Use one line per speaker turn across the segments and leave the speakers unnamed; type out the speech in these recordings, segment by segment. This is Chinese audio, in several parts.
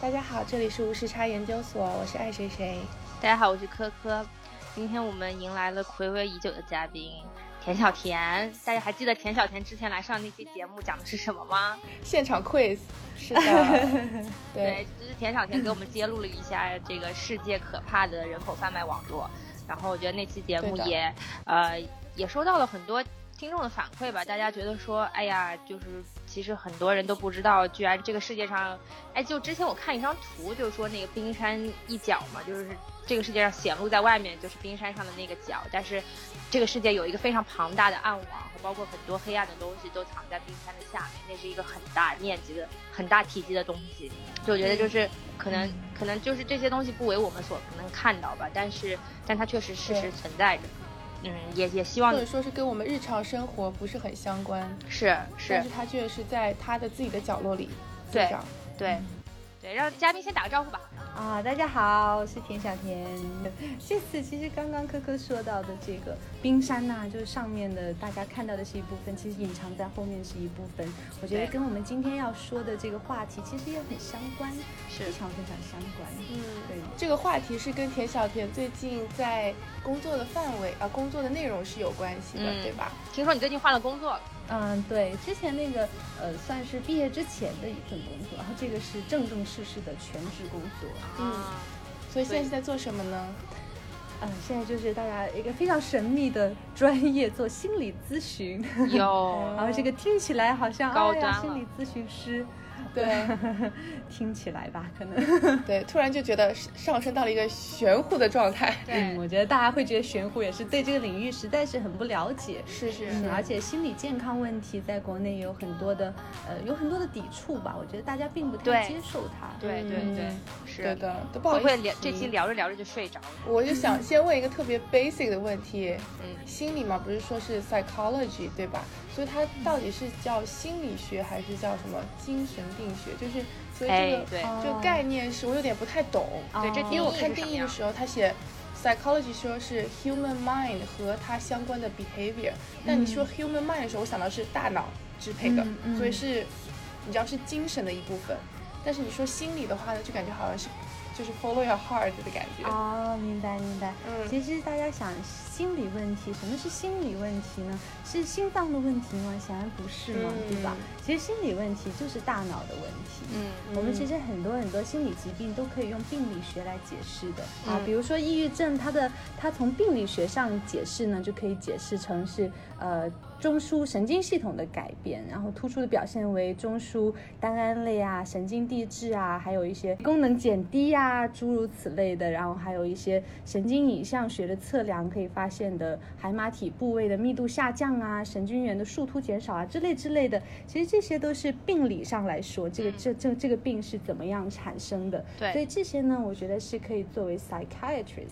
大家好，这里是无时差研究所，我是爱谁谁。
大家好，我是科科。今天我们迎来了暌违已久的嘉宾田小田。大家还记得田小田之前来上那期节目讲的是什么吗？
现场 quiz，是 的，对，
就是田小田给我们揭露了一下这个世界可怕的人口贩卖网络。然后我觉得那期节目
对的
也，呃，也收到了很多听众的反馈吧。大家觉得说，哎呀，就是其实很多人都不知道，居然这个世界上，哎，就之前我看一张图，就是说那个冰山一角嘛，就是这个世界上显露在外面就是冰山上的那个角，但是这个世界有一个非常庞大的暗网，包括很多黑暗的东西都藏在冰山的下面，那是一个很大面积的、很大体积的东西。就我觉得就是可能
嗯
可能就是这些东西不为我们所能看到吧，但是但它确实事实
对
存在着。嗯，也也希
或
望
者说是跟我们日常生活不是很相关，
是是
但是它却是在他的自己的角落里滋
对
长。
对
嗯
对，让嘉宾先打个招呼吧。
啊，大家好，我是田小田。这次其实刚刚科科说到的这个冰山呐、就是上面的大家看到的是一部分，其实隐藏在后面是一部分。我觉得
对
跟我们今天要说的这个话题其实也很相关，非
是
常非常相关。
嗯，
对，
这个话题是跟田小田最近在工作的范围啊，工作的内容是有关系的，
嗯
对吧？
听说你最近换了工作了，
嗯，对，之前那个呃，算是毕业之前的一份工作，然后这个是正正式式的全职工作。
嗯
啊
所以现在是在做什么呢？
嗯，现在就是大家一个非常神秘的专业，做心理咨询。
有
然后这个听起来好像
高
哎
端了
呀心理咨询师，
对
听起来吧，可能，
对，突然就觉得上升到了一个玄乎的状态。
嗯，
对
我觉得大家会觉得玄乎，也是对这个领域实在是很不了解。
是是
嗯，而且心理健康问题在国内有很多的，呃，有很多的抵触吧。我觉得大家并不
对
太接受它。
对对对
嗯对
是。
的，都不好
会
意
不
思
会
提。
聊这期聊着聊着就睡着了？
我就想先问一个特别 basic 的问题，
嗯，
心理嘛，不是说是 psychology 对吧？所以它到底是叫心理学还是叫什么精神病学？就是所以这
哎
个、
对
哦
这个概念是我有点不太懂，
对这
哦
因
定
为
义
我看
是什
定
么
义的
呀？
时候，它写 psychology 说是 human mind 和它相关的 behavior，但你说 human mind 的时候，我想到是大脑支配的，
嗯嗯
所以是你知道是精神的一部分。但是你说心理的话呢，就感觉好像是就是 follow your heart 的感觉。
哦，明白明白。
嗯
其实大家想心理问题，什么是心理问题呢？是心脏的问题吗？显然不是嘛，
嗯
对吧？其实心理问题就是大脑的问题。
嗯
我们其实很多很多心理疾病都可以用病理学来解释的、啊
嗯，
比如说抑郁症，它的它从病理学上解释呢，就可以解释成是呃中枢神经系统的改变，然后突出的表现为中枢单胺类啊、神经递质啊，还有一些功能减低啊，诸如此类的，然后还有一些神经影像学的测量可以发现的海马体部位的密度下降啊，神经元的树突减少啊之类之类的，其实这些都是病理上来说，这个
嗯
这这这个病是怎么样产生的？
对
所以这些呢，我觉得是可以作为 psychiatry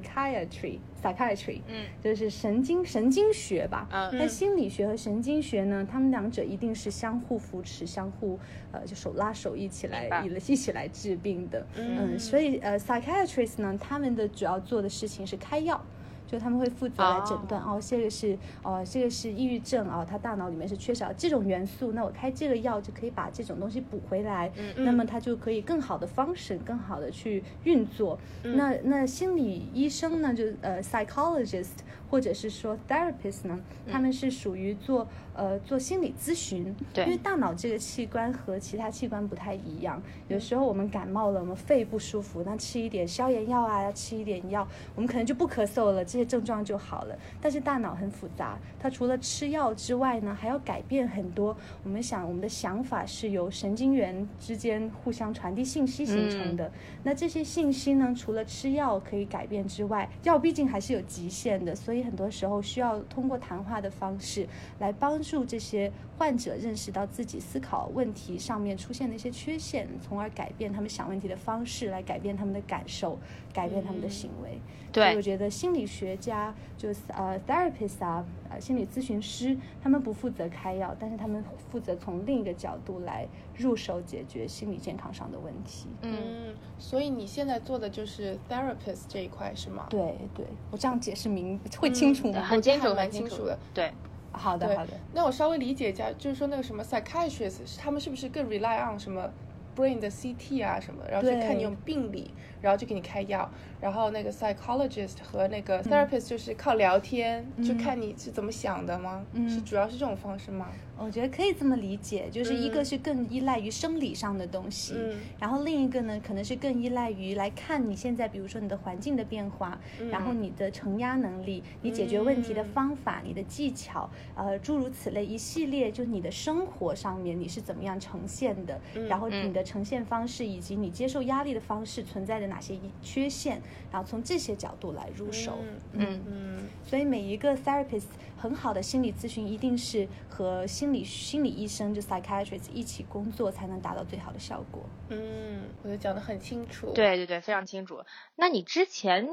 psychiatry psychiatry，
嗯
就是神经神经学吧。
嗯
那心理学和神经学呢，他们两者一定是相互扶持、相互呃就手拉手一起来
明白
一一起来治病的。
嗯
嗯，所以呃，psychiatrist 呢，他们的主要做的事情是开药。就他们会负责来诊断哦这个是哦，这个是抑郁症啊、哦，他大脑里面是缺少这种元素，那我开这个药就可以把这种东西补回来，
嗯
那么他就可以更好的方式，更好的去运作。
嗯
那那心理医生呢，就呃 psychologist 或者是说 therapist 呢，
嗯
他们是属于做呃做心理咨询，
对
因为大脑这个器官和其他器官不太一样，有时候我们感冒了，我们肺不舒服，那吃一点消炎药啊，吃一点药，我们可能就不咳嗽了，这些症状就好了。但是大脑很复杂，它除了吃药之外呢，还要改变很多。我们想，我们的想法是由神经元之间互相传递信息形成的。那这些信息呢，除了吃药可以改变之外，药毕竟还是有极限的，所以很多时候需要通过谈话的方式来帮助这些患者认识到自己思考问题上面出现的一些缺陷，从而改变他们想问题的方式，来改变他们的感受，改变他们的行为。所以我
对
觉得心理学家就是呃 therapist 啊，呃心理咨询师，他们不负责开药，但是他们负责从另一个角度来入手解决心理健康上的问题。
嗯
嗯，所以你现在做的就是 therapist 这一块是吗？
对对，我这样解释明会清楚吗？
很清
还
楚
蛮
很
清楚的。
嗯对
好的
对
好的，
那我稍微理解一下，就是说那个什么 psychiatrist，他们是不是更 rely on 什么 brain 的 CT 啊什么的，然后去
对
看你有病理，然后就给你开药。然后那个 psychologist 和那
嗯
个 therapist 就是靠聊天，就看你是怎么想的吗？
嗯
是主要是这种方式吗？
我觉得可以这么理解，就是一个
嗯
是更依赖于生理上的东西，
嗯
然后另一个呢，可能是更依赖于来看你现在，比如说你的环境的变化，然后你的承压能力、你解决问题的
嗯
方法、你的技巧，呃，诸如此类一系列，就你的生活上面你是怎么样呈现的，然后你
嗯
的呈现方式以及你接受压力的方式存在的哪些缺陷，然后从这些角度来入手。
嗯
嗯
所以每一个 therapist 很好的心理咨询一定是和心理心理医生就 psychiatrist 一起工作，才能达到最好的效果。
嗯，我就讲的很清楚。，
对对对，非常清楚。那你之前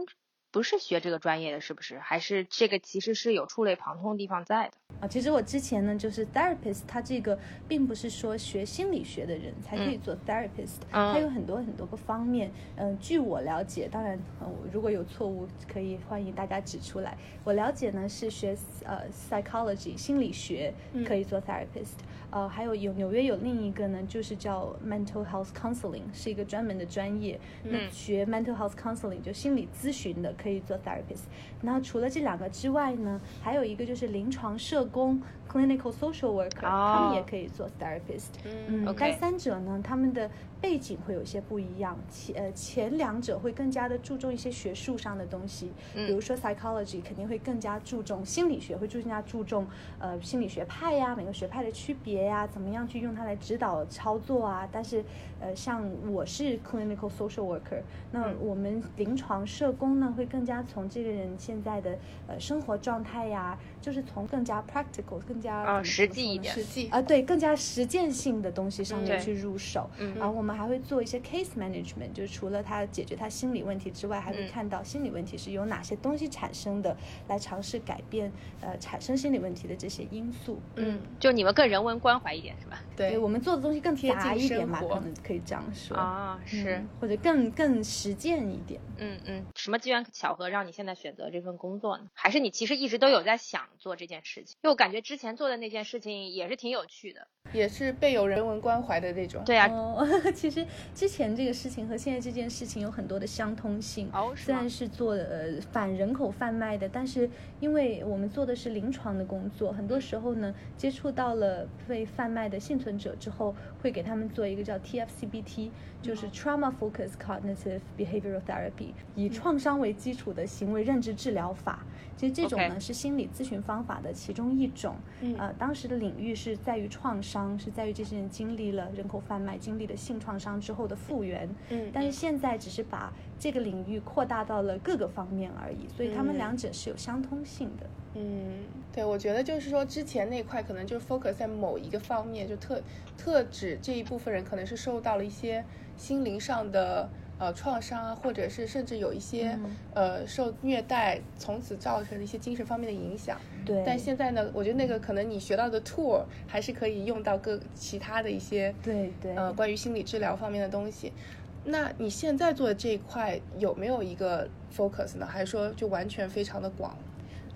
不是学这个专业的，是不是？还是这个其实是有触类旁通的地方在的？
啊，其实我之前呢，就是 therapist，他这个并不是说学心理学的人才可以做 therapist，、
嗯
它有很多很多个方面。嗯、据我了解，当然，呃我如果有错误，可以欢迎大家指出来。我了解呢是学呃 psychology 心理学
嗯
可以做 therapist，、呃，还有有纽约有另一个呢，就是叫 mental health counseling，是一个专门的专业。那
嗯
学 mental health counseling 就心理咨询的可以做 therapist。那除了这两个之外呢，还有一个就是临床社工 clinical social worker，、他们
哦
也可以做 therapist。
嗯
嗯，
OK
但三者呢，他们的背景会有一些不一样。前呃前两者会更加的注重一些学术上的东西，
嗯
比如说 psychology 肯定会更加注重心理学，会更加注重呃心理学派呀、每个学派的区别呀、怎么样去用它来指导操作啊。但是呃，像我是 clinical social worker，那
嗯
我们临床社工呢，会更加从这个人现在的呃生活状态呀，就是从更加 practical、更加
啊
怎么怎
实
么
际
说
一
呢
点
实际
啊，对，更加实践性的东西上
嗯
面
对
去入手。
嗯
然后我们还会做一些 case management，就是除了他解决他心理问题之外，还会
嗯
看到心理问题是由哪些东西产生的，来尝试改变呃产生心理问题的这些因素。
嗯，
就你们更人文关怀一点是吧？
对，
我们做的东西更
贴
杂
近
一点
生
嘛，
活
可能可以这样说。
啊、是
嗯，，或者更更实践一点。
嗯嗯，什么机缘巧合让你现在选择这份工作呢？还是你其实一直都有在想做这件事情？因为我感觉之前做的那件事情也是挺有趣的。
也是备有人文关怀的那种。
对啊，
哦， 其实之前这个事情和现在这件事情有很多的相通性。
哦，是
虽
吗
然？是做呃反人口贩卖的，但是因为我们做的是临床的工作，很多时候呢接触到了被贩卖的幸存者之后，会给他们做一个叫 TFCBT，就是
嗯
Trauma Focused Cognitive Behavioral Therapy，以
嗯
创伤为基础的行为认知治疗法。其实这种
OK
呢是心理咨询方法的其中一种。
嗯
呃，当时的领域是在于创伤，是在于这些人经历了人口贩卖、经历了性创伤之后的复原。
嗯
但是现在只是把这个领域扩大到了各个方面而已，所以他们
嗯
两者是有相通性的。
嗯，对，我觉得就是说之前那块可能就 focus 在某一个方面，就特特指这一部分人可能是受到了一些心灵上的呃创伤啊，或者是甚至有一些、
嗯
呃受虐待，从此造成的一些精神方面的影响。
对，
但现在呢，我觉得那个可能你学到的 tool 还是可以用到各其他的一些
对对，
呃关于心理治疗方面的东西。那你现在做的这一块有没有一个 focus 呢？还是说就完全非常的广？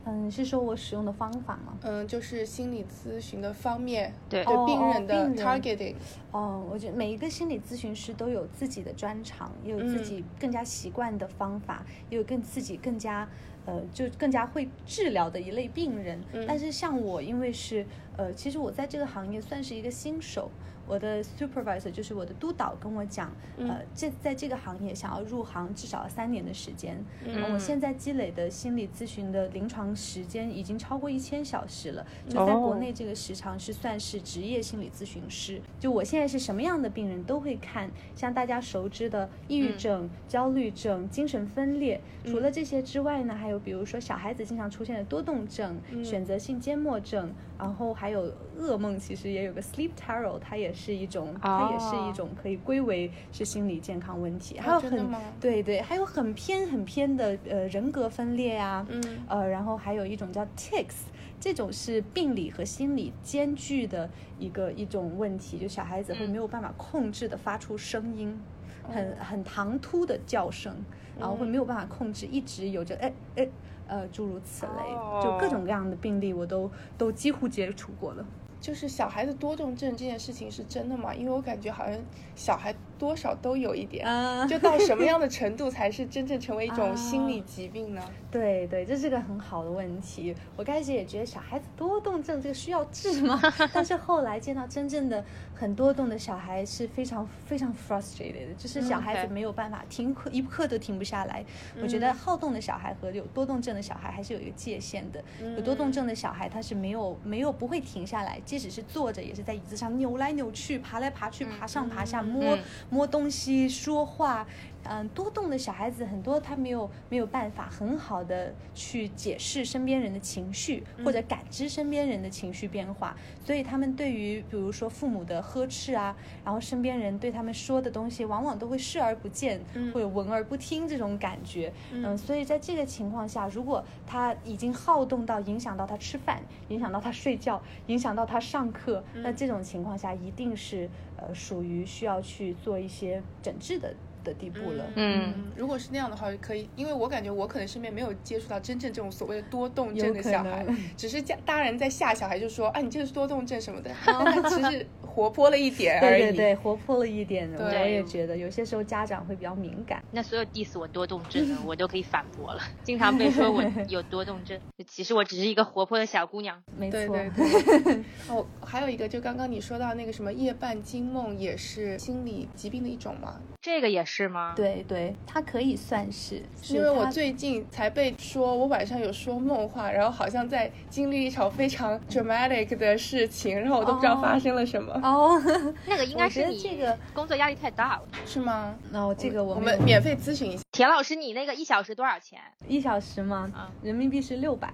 嗯，是说我使用的方法吗？
嗯，就是心理咨询的方面，
对
对
哦
病
哦
人的
病人
targeting，
哦，我觉得每一个心理咨询师都有自己的专长，也有自
嗯
己更加习惯的方法，也有更自己更加呃，就更加会治疗的一类病人。
嗯
但是像我，因为是呃，其实我在这个行业算是一个新手。我的 supervisor 就是我的督导跟我讲，
嗯
呃，这在这个行业想要入行至少要三年的时间。
嗯
呃我现在积累的心理咨询的临床时间已经超过一千小时了，就在国
哦
内这个时长是算是职业心理咨询师。就我现在是什么样的病人都会看，像大家熟知的抑郁
嗯
症、焦虑症、精神分裂，除
嗯
了这些之外呢，还有比如说小孩子经常出现的多动症、
嗯
选择性缄默症，然后还有噩梦，其实也有个 sleep tarot，它也是一种，它也是
哦
一种可以归为是心理健康问题。还有
哦真的
很
吗
对对，还有很偏很偏的呃人格分裂啊，
嗯
呃，然后还有一种叫 tics，这种是病理和心理兼具的一个一种问题，就小孩子会
嗯
没有办法控制的发出声音，很
哦
很唐突的叫声，然后会
嗯
没有办法控制，一直有着哎哎呃诸如此类，就各
哦
种各样的病例我都都几乎接触过了。
就是小孩子多动症这件事情是真的吗？因为我感觉好像小孩多少都有一点，
啊
就到什么样的程度才是真正成为一种心理
啊
疾病呢？
对对，这是个很好的问题。我开始也觉得小孩子多动症这个需要 治吗？但是后来见到真正的很多动的小孩是非常非常 frustrated 的，就是小
嗯
孩
对
子没有办法停课，一刻都停不下来。我觉得
嗯
好动的小孩和有多动症的小孩还是有一个界限的。
嗯
有多动症的小孩他是没有没有不会停下来，即使是坐着也是在椅子上扭来扭去、爬来爬去、爬上爬下、摸、
嗯
摸东西、说话，嗯，多动的小孩子很多，他没有没有办法很好的去解释身边人的情绪，或者感知身边人的情绪变化，所以他们对于比如说父母的呵斥啊，然后身边人对他们说的东西，往往都会视而不见，
嗯
或者闻而不听这种感觉。
嗯
所以在这个情况下，如果他已经好动到影响到他吃饭，影响到他睡觉，影响到他上课，那
嗯
这种情况下一定是呃属于需要去做一些整治的的地步了。
嗯，
如果是那样的话，可以，因为我感觉我可能身边没有接触到真正这种所谓的多动症的小孩
有可能，
只是家大人在吓小孩，就说啊你这个是多动症什么 的，但他只是活泼了一点而
对
已。
对对，活泼了一点，我
对
也觉得有些时候家长会比较敏感。
那所有 diss 我多动症的，我都可以反驳了。经常被说我有多动症，其实我只是一个活泼的小姑娘。
没错，
对对对，哦，还有一个，就刚刚你说到那个什么夜半惊梦，也是心理疾病的一种嘛？
这个也是吗？，
对对它可以算是，是
因为我
它
最近才被说我晚上有说梦话，然后好像在经历一场非常 dramatic 的事情，然后我都不知道
哦
发生了什么，
哦，
那个应该是
我觉得
你
这个
工作压力太大了。
是吗？
那我这个我
我
没有
们免费咨询一下。
田老师，你那个一小时多少钱？
一小时吗？
啊
人民币是六百，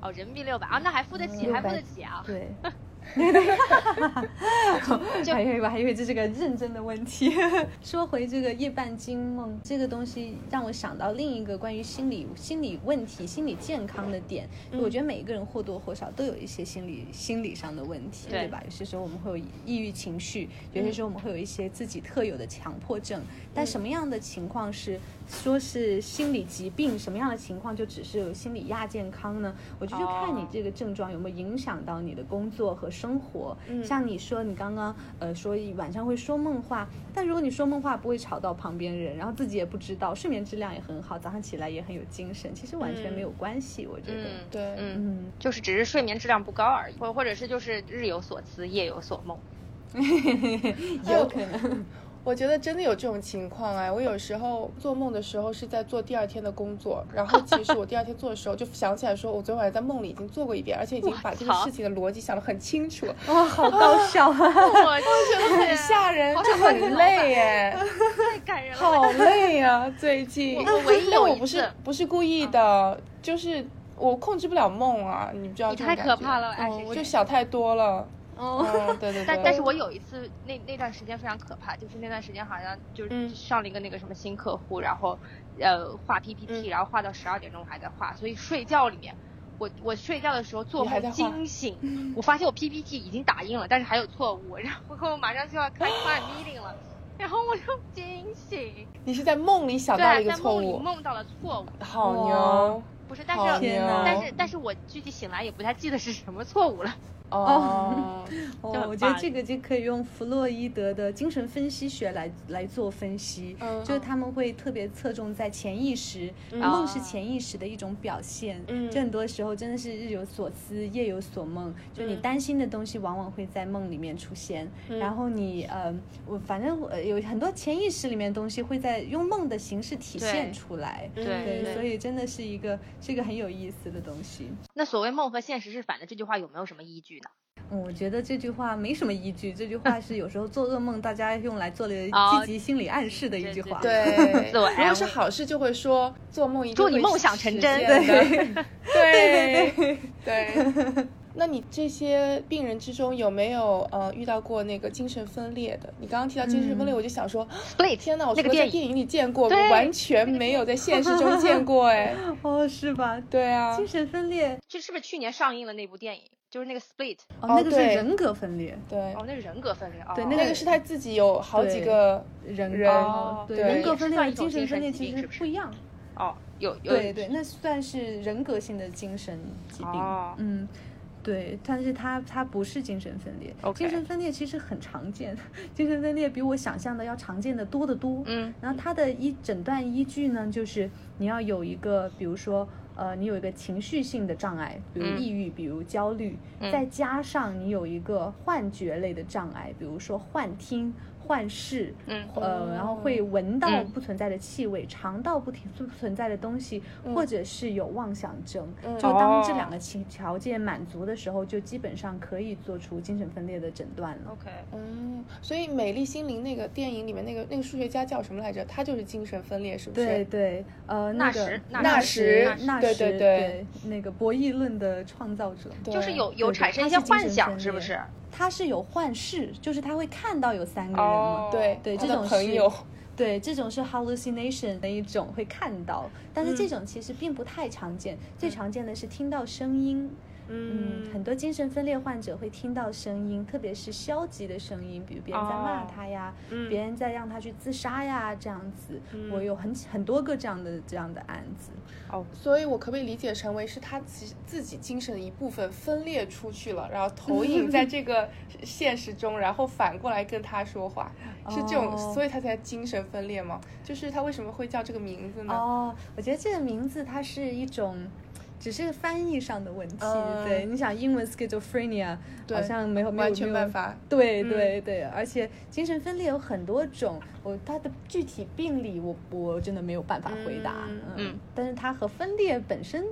哦，人民币六百啊，那还付得起，
嗯
还付
600
得起啊。
对。 还以为我还以为这是个认真的问题。 说回这个夜半惊梦这个东西，让我想到另一个关于心理心理问题、心理健康的点。
嗯
就我觉得每一个人或多或少都有一些心理心理上的问题，
对
对吧？有些时候我们会有抑郁情绪，有些时候我们会有一些自己特有的强迫症。
嗯
但什么样的情况是说是心理疾病，什么样的情况就只是有心理亚健康呢？我觉得就看你
哦
这个症状有没有影响到你的工作和生活。
嗯
像你说，你刚刚呃说晚上会说梦话，但如果你说梦话不会吵到旁边人，然后自己也不知道，睡眠质量也很好，早上起来也很有精神，其实完全没有关系，我觉得。
嗯，
对
嗯，
嗯，
就是只是睡眠质量不高而已，或或者是就是日有所思，夜有所梦。
也有可能。
我觉得真的有这种情况哎，我有时候做梦的时候是在做第二天的工作，然后其实我第二天做的时候就想起来说，我昨天晚上在梦里已经做过一遍，而且已经把 这个
我操
事情的逻辑想得很清楚，我
哇、哦好高效啊！
哦我
觉得很 吓人，就很累 哎，
太感人了。
好累啊，最近。
我我唯一
但
有
我
一
不是
次嗯
不是故意的，就是我控制不了梦啊，你知道
你
这种
太
感
可
觉
怕了哎
嗯
是
我
是
就想太多 了。
哦，
嗯，对对对。
但但是我有一次那那段时间非常可怕，就是那段时间好像就是
嗯
上了一个那个什么新客户，然后呃画 PPT，、
嗯
然后画到十二点钟还在画，所以睡觉里面。我我睡觉的时候做
你还
梦
在画嗯
惊醒，我发现我 PPT 已经打印了，但是还有错误，然后我马上就要 开 client meeting 了，然后我就惊醒，
你是在梦里想到了一
对，
个
啊在
错
梦里
误，
梦到了错误，
好
哇
牛
不是，但
好
是
天
牛
哪
但是但是我具体醒来也不太记得是什么错误了，
哦。
就
哦，
很
我觉得
棒
这个就可以用弗洛伊德的精神分析学来来做分析，
嗯
就是他们会特别侧重在潜意识，
嗯
梦是潜意识的一种表现。
嗯
就很多时候真的是日有所思，夜有所梦，就你担心的东西往往会在梦里面出现，
嗯
然后你呃，我反正呃有很多潜意识里面的东西会在用梦的形式体
对
现出来。
对
对
所以真的是一个是一个很有意思的东西。
那所谓梦和现实是反的这句话有没有什么依据呢？
嗯，我觉得这句话没什么依据，这句话是有时候做噩梦大家用来做了
哦
积极心理暗示的一句话。
对，
自我
如
安慰
果是好事，就会说做梦一定
祝你
会
梦想成真
实现的
对
对对对那你这些病人之中有没有呃遇到过那个精神分裂的？你刚刚提到精神分裂，我就想说，
Split
天哪，我
嗯哎那
除了在
个电
电影里见过，
对
我完全没有在现实中见过。哎，
哦，是吧？
对啊
精，神分裂
就是不是去年上映的那部电影，就是那个 Split，
哦
哦，
那个是
对
人格分裂，
对
哦，，那是人格分裂哦。
对
那
那
个是他自己有好几
对
个，
人
人
哦对
对
人格分裂
也
和
是算一种
精神分裂
精神疾
其
病
实
是不是
不一样。
哦，有有
对对，那算是人格性的精神疾病。
哦
嗯，对，但是它它不是精神分裂
OK
精神分裂其实很常见， 精神分裂比我想象的要常见的多得多。
嗯
然后它的依诊断依据呢，就是你要有一个，比如说，呃，你有一个情绪性的障碍，比如
嗯
抑郁，比如焦虑，
嗯
再加上你有一个幻觉类的障碍，比如说幻听、幻视，
嗯
呃，然后
哦
会闻到
嗯
不存在的气味，尝到不停不存在的东西，
嗯
或者是有妄想症。
嗯
就当这
哦
两个情条件满足的时候，就基本上可以做出精神分裂的诊断了。
，OK，
嗯，所以《美丽心灵》那个电影里面那个那个数学家叫什么来着？他就是精神分裂，是不是？
对对，呃，
纳
那个
什纳
什
什
纳
纳
什对
什，
对对
对，那个博弈论的创造者，
对
就是有有
对
产生一
它
些
是精
幻
神
想，
分
是不
裂
是？
他是有幻视，就是他会看到有三个人嘛
哦，
对
对
他
这
的
种是
朋友，
对，这种是 hallucination 的一种，会看到，但是
嗯
这种其实并不太常见，最常见的是听到声音。嗯，很多精神分裂患者会听到声音，特别是消极的声音，比如别人在骂
哦
他呀，
嗯
别人在让他去自杀呀，这样子。我有很很多个这样的这样的案子。
哦，
所以我可不可以理解成为是他其自己精神的一部分分裂出去了，然后投影在这个现实中，然后反过来跟他说 话，是这种，
哦
所以他才精神分裂吗？就是他为什么会叫这个名字呢？
哦，我觉得这个名字它是一种，只是翻译上的问题。
嗯
对，你想英文 schizophrenia
对
好像没有没有
完全
没有
办法
对
嗯
对对，而且精神分裂有很多种，我它的具体病理我我真的没有办法回答。
嗯
嗯，
嗯
但是它和分裂本身，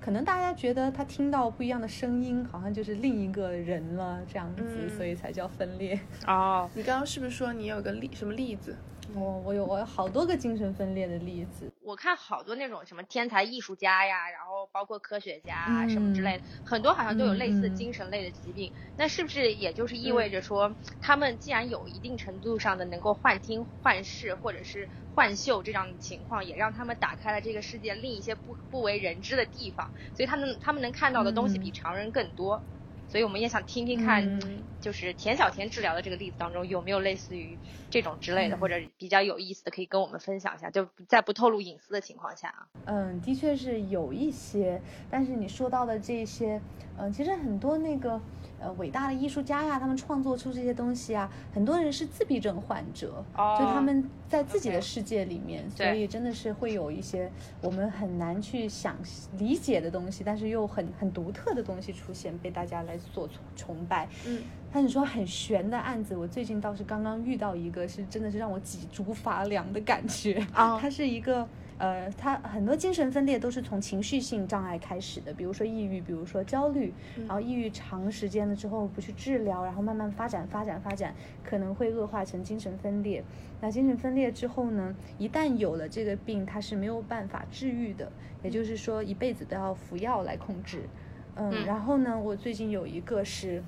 可能大家觉得他听到不一样的声音，好像就是另一个人了这样子，
嗯
所以才叫分裂。
哦，
你刚刚是不是说你有个例什么例子？
我我有我有好多个精神分裂的例子。
我看好多那种什么天才艺术家呀，然后包括科学家啊
嗯
什么之类的，很多好像都有类似
嗯嗯嗯
精神类的疾病。那是不是也就是意味着说，他们既然有一定程度上的能够幻听、幻视或者是幻嗅这样的情况，也让他们打开了这个世界另一些不不为人知的地方，所以他们他们能看到的东西
嗯
比常人更多。所以我们也想听听看，
嗯
就是田小田治疗的这个例子当中，有没有类似于这种之
嗯
类的，或者比较有意思的，可以跟我们分享一下，就在不透露隐私的情况下啊。
嗯，的确是有一些，但是你说到的这些，嗯，其实很多那个呃伟大的艺术家呀，他们创作出这些东西啊，很多人是自闭症患者，
哦
就他们在自己
OK
的世界里面，所
对
以真的是会有一些我们很难去想理解的东西，但是又很很独特的东西出现，被大家来所崇崇拜。
嗯，
但你说很悬的案子，我最近倒是刚刚遇到一个，是真的是让我脊柱发凉的感觉。
啊
它是一个呃，它很多精神分裂都是从情绪性障碍开始的，比如说抑郁，比如说焦虑，然后抑郁长时间了之后不去治疗，然后慢慢发展发展发展，可能会恶化成精神分裂。那精神分裂之后呢，一旦有了这个病，它是没有办法治愈的，也就是说一辈子都要服药来控制。嗯，
嗯
然后呢，我最近有一个是。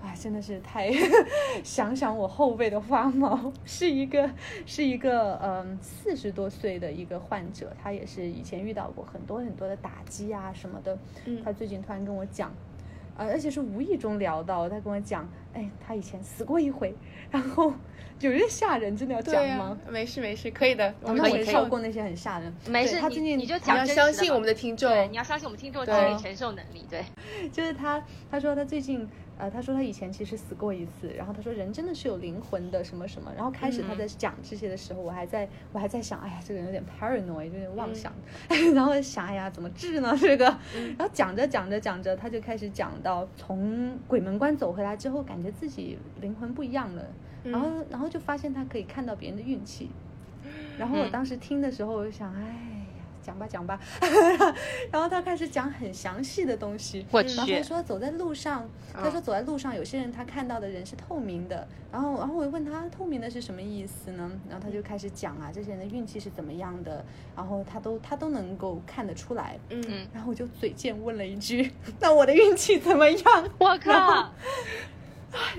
哎，真的是太 想想我后背都发毛。是一个是一个嗯四十多岁的一个患者，他也是以前遇到过很多很多的打击啊什么的。
嗯
他最近突然跟我讲，呃，而且是无意中聊到，他跟我讲，哎，他以前死过一回，然后 有点吓人，真的要
对
讲
呀、
吗？
没事没事，可以的，我
哦
们
那
可
我
以
承
跳
受
过那些很吓人。
没事
对，他
你
最近
你就
你
讲
要
真
相
实的
信
吧
我们的听众，
对，你要相信我们听众的
对
心理承受能 力，对，
就是他，他说他最近，呃，他说他以前其实死过一次，然后他说人真的是有灵魂的，什么什么。然后开始他
嗯
在讲这些的时候，我还在我还在想，哎呀，这个人有点 paranoid，有点妄想， 然后想，哎呀，怎么治呢？这个， 然后讲着讲着讲着，他就开始讲到从鬼门关走回来之后，感觉自己灵魂不一样了，然后然后就发现他可以看到别人的运气，然后我
嗯
当时听的时候，我就想，哎呀，讲吧讲吧， 然后他开始讲很详细的东西，
我
然后
去
他说走在路上，他说走在路上，有些人他看到的人是透明的，然后然后我就问他透明的是什么意思呢？然后他就开始讲啊，这些人的运气是怎么样的，然后他都他都能够看得出来。
嗯
然后我就嘴贱问了一句：“ 那我的运气怎么样
我靠，
哎？”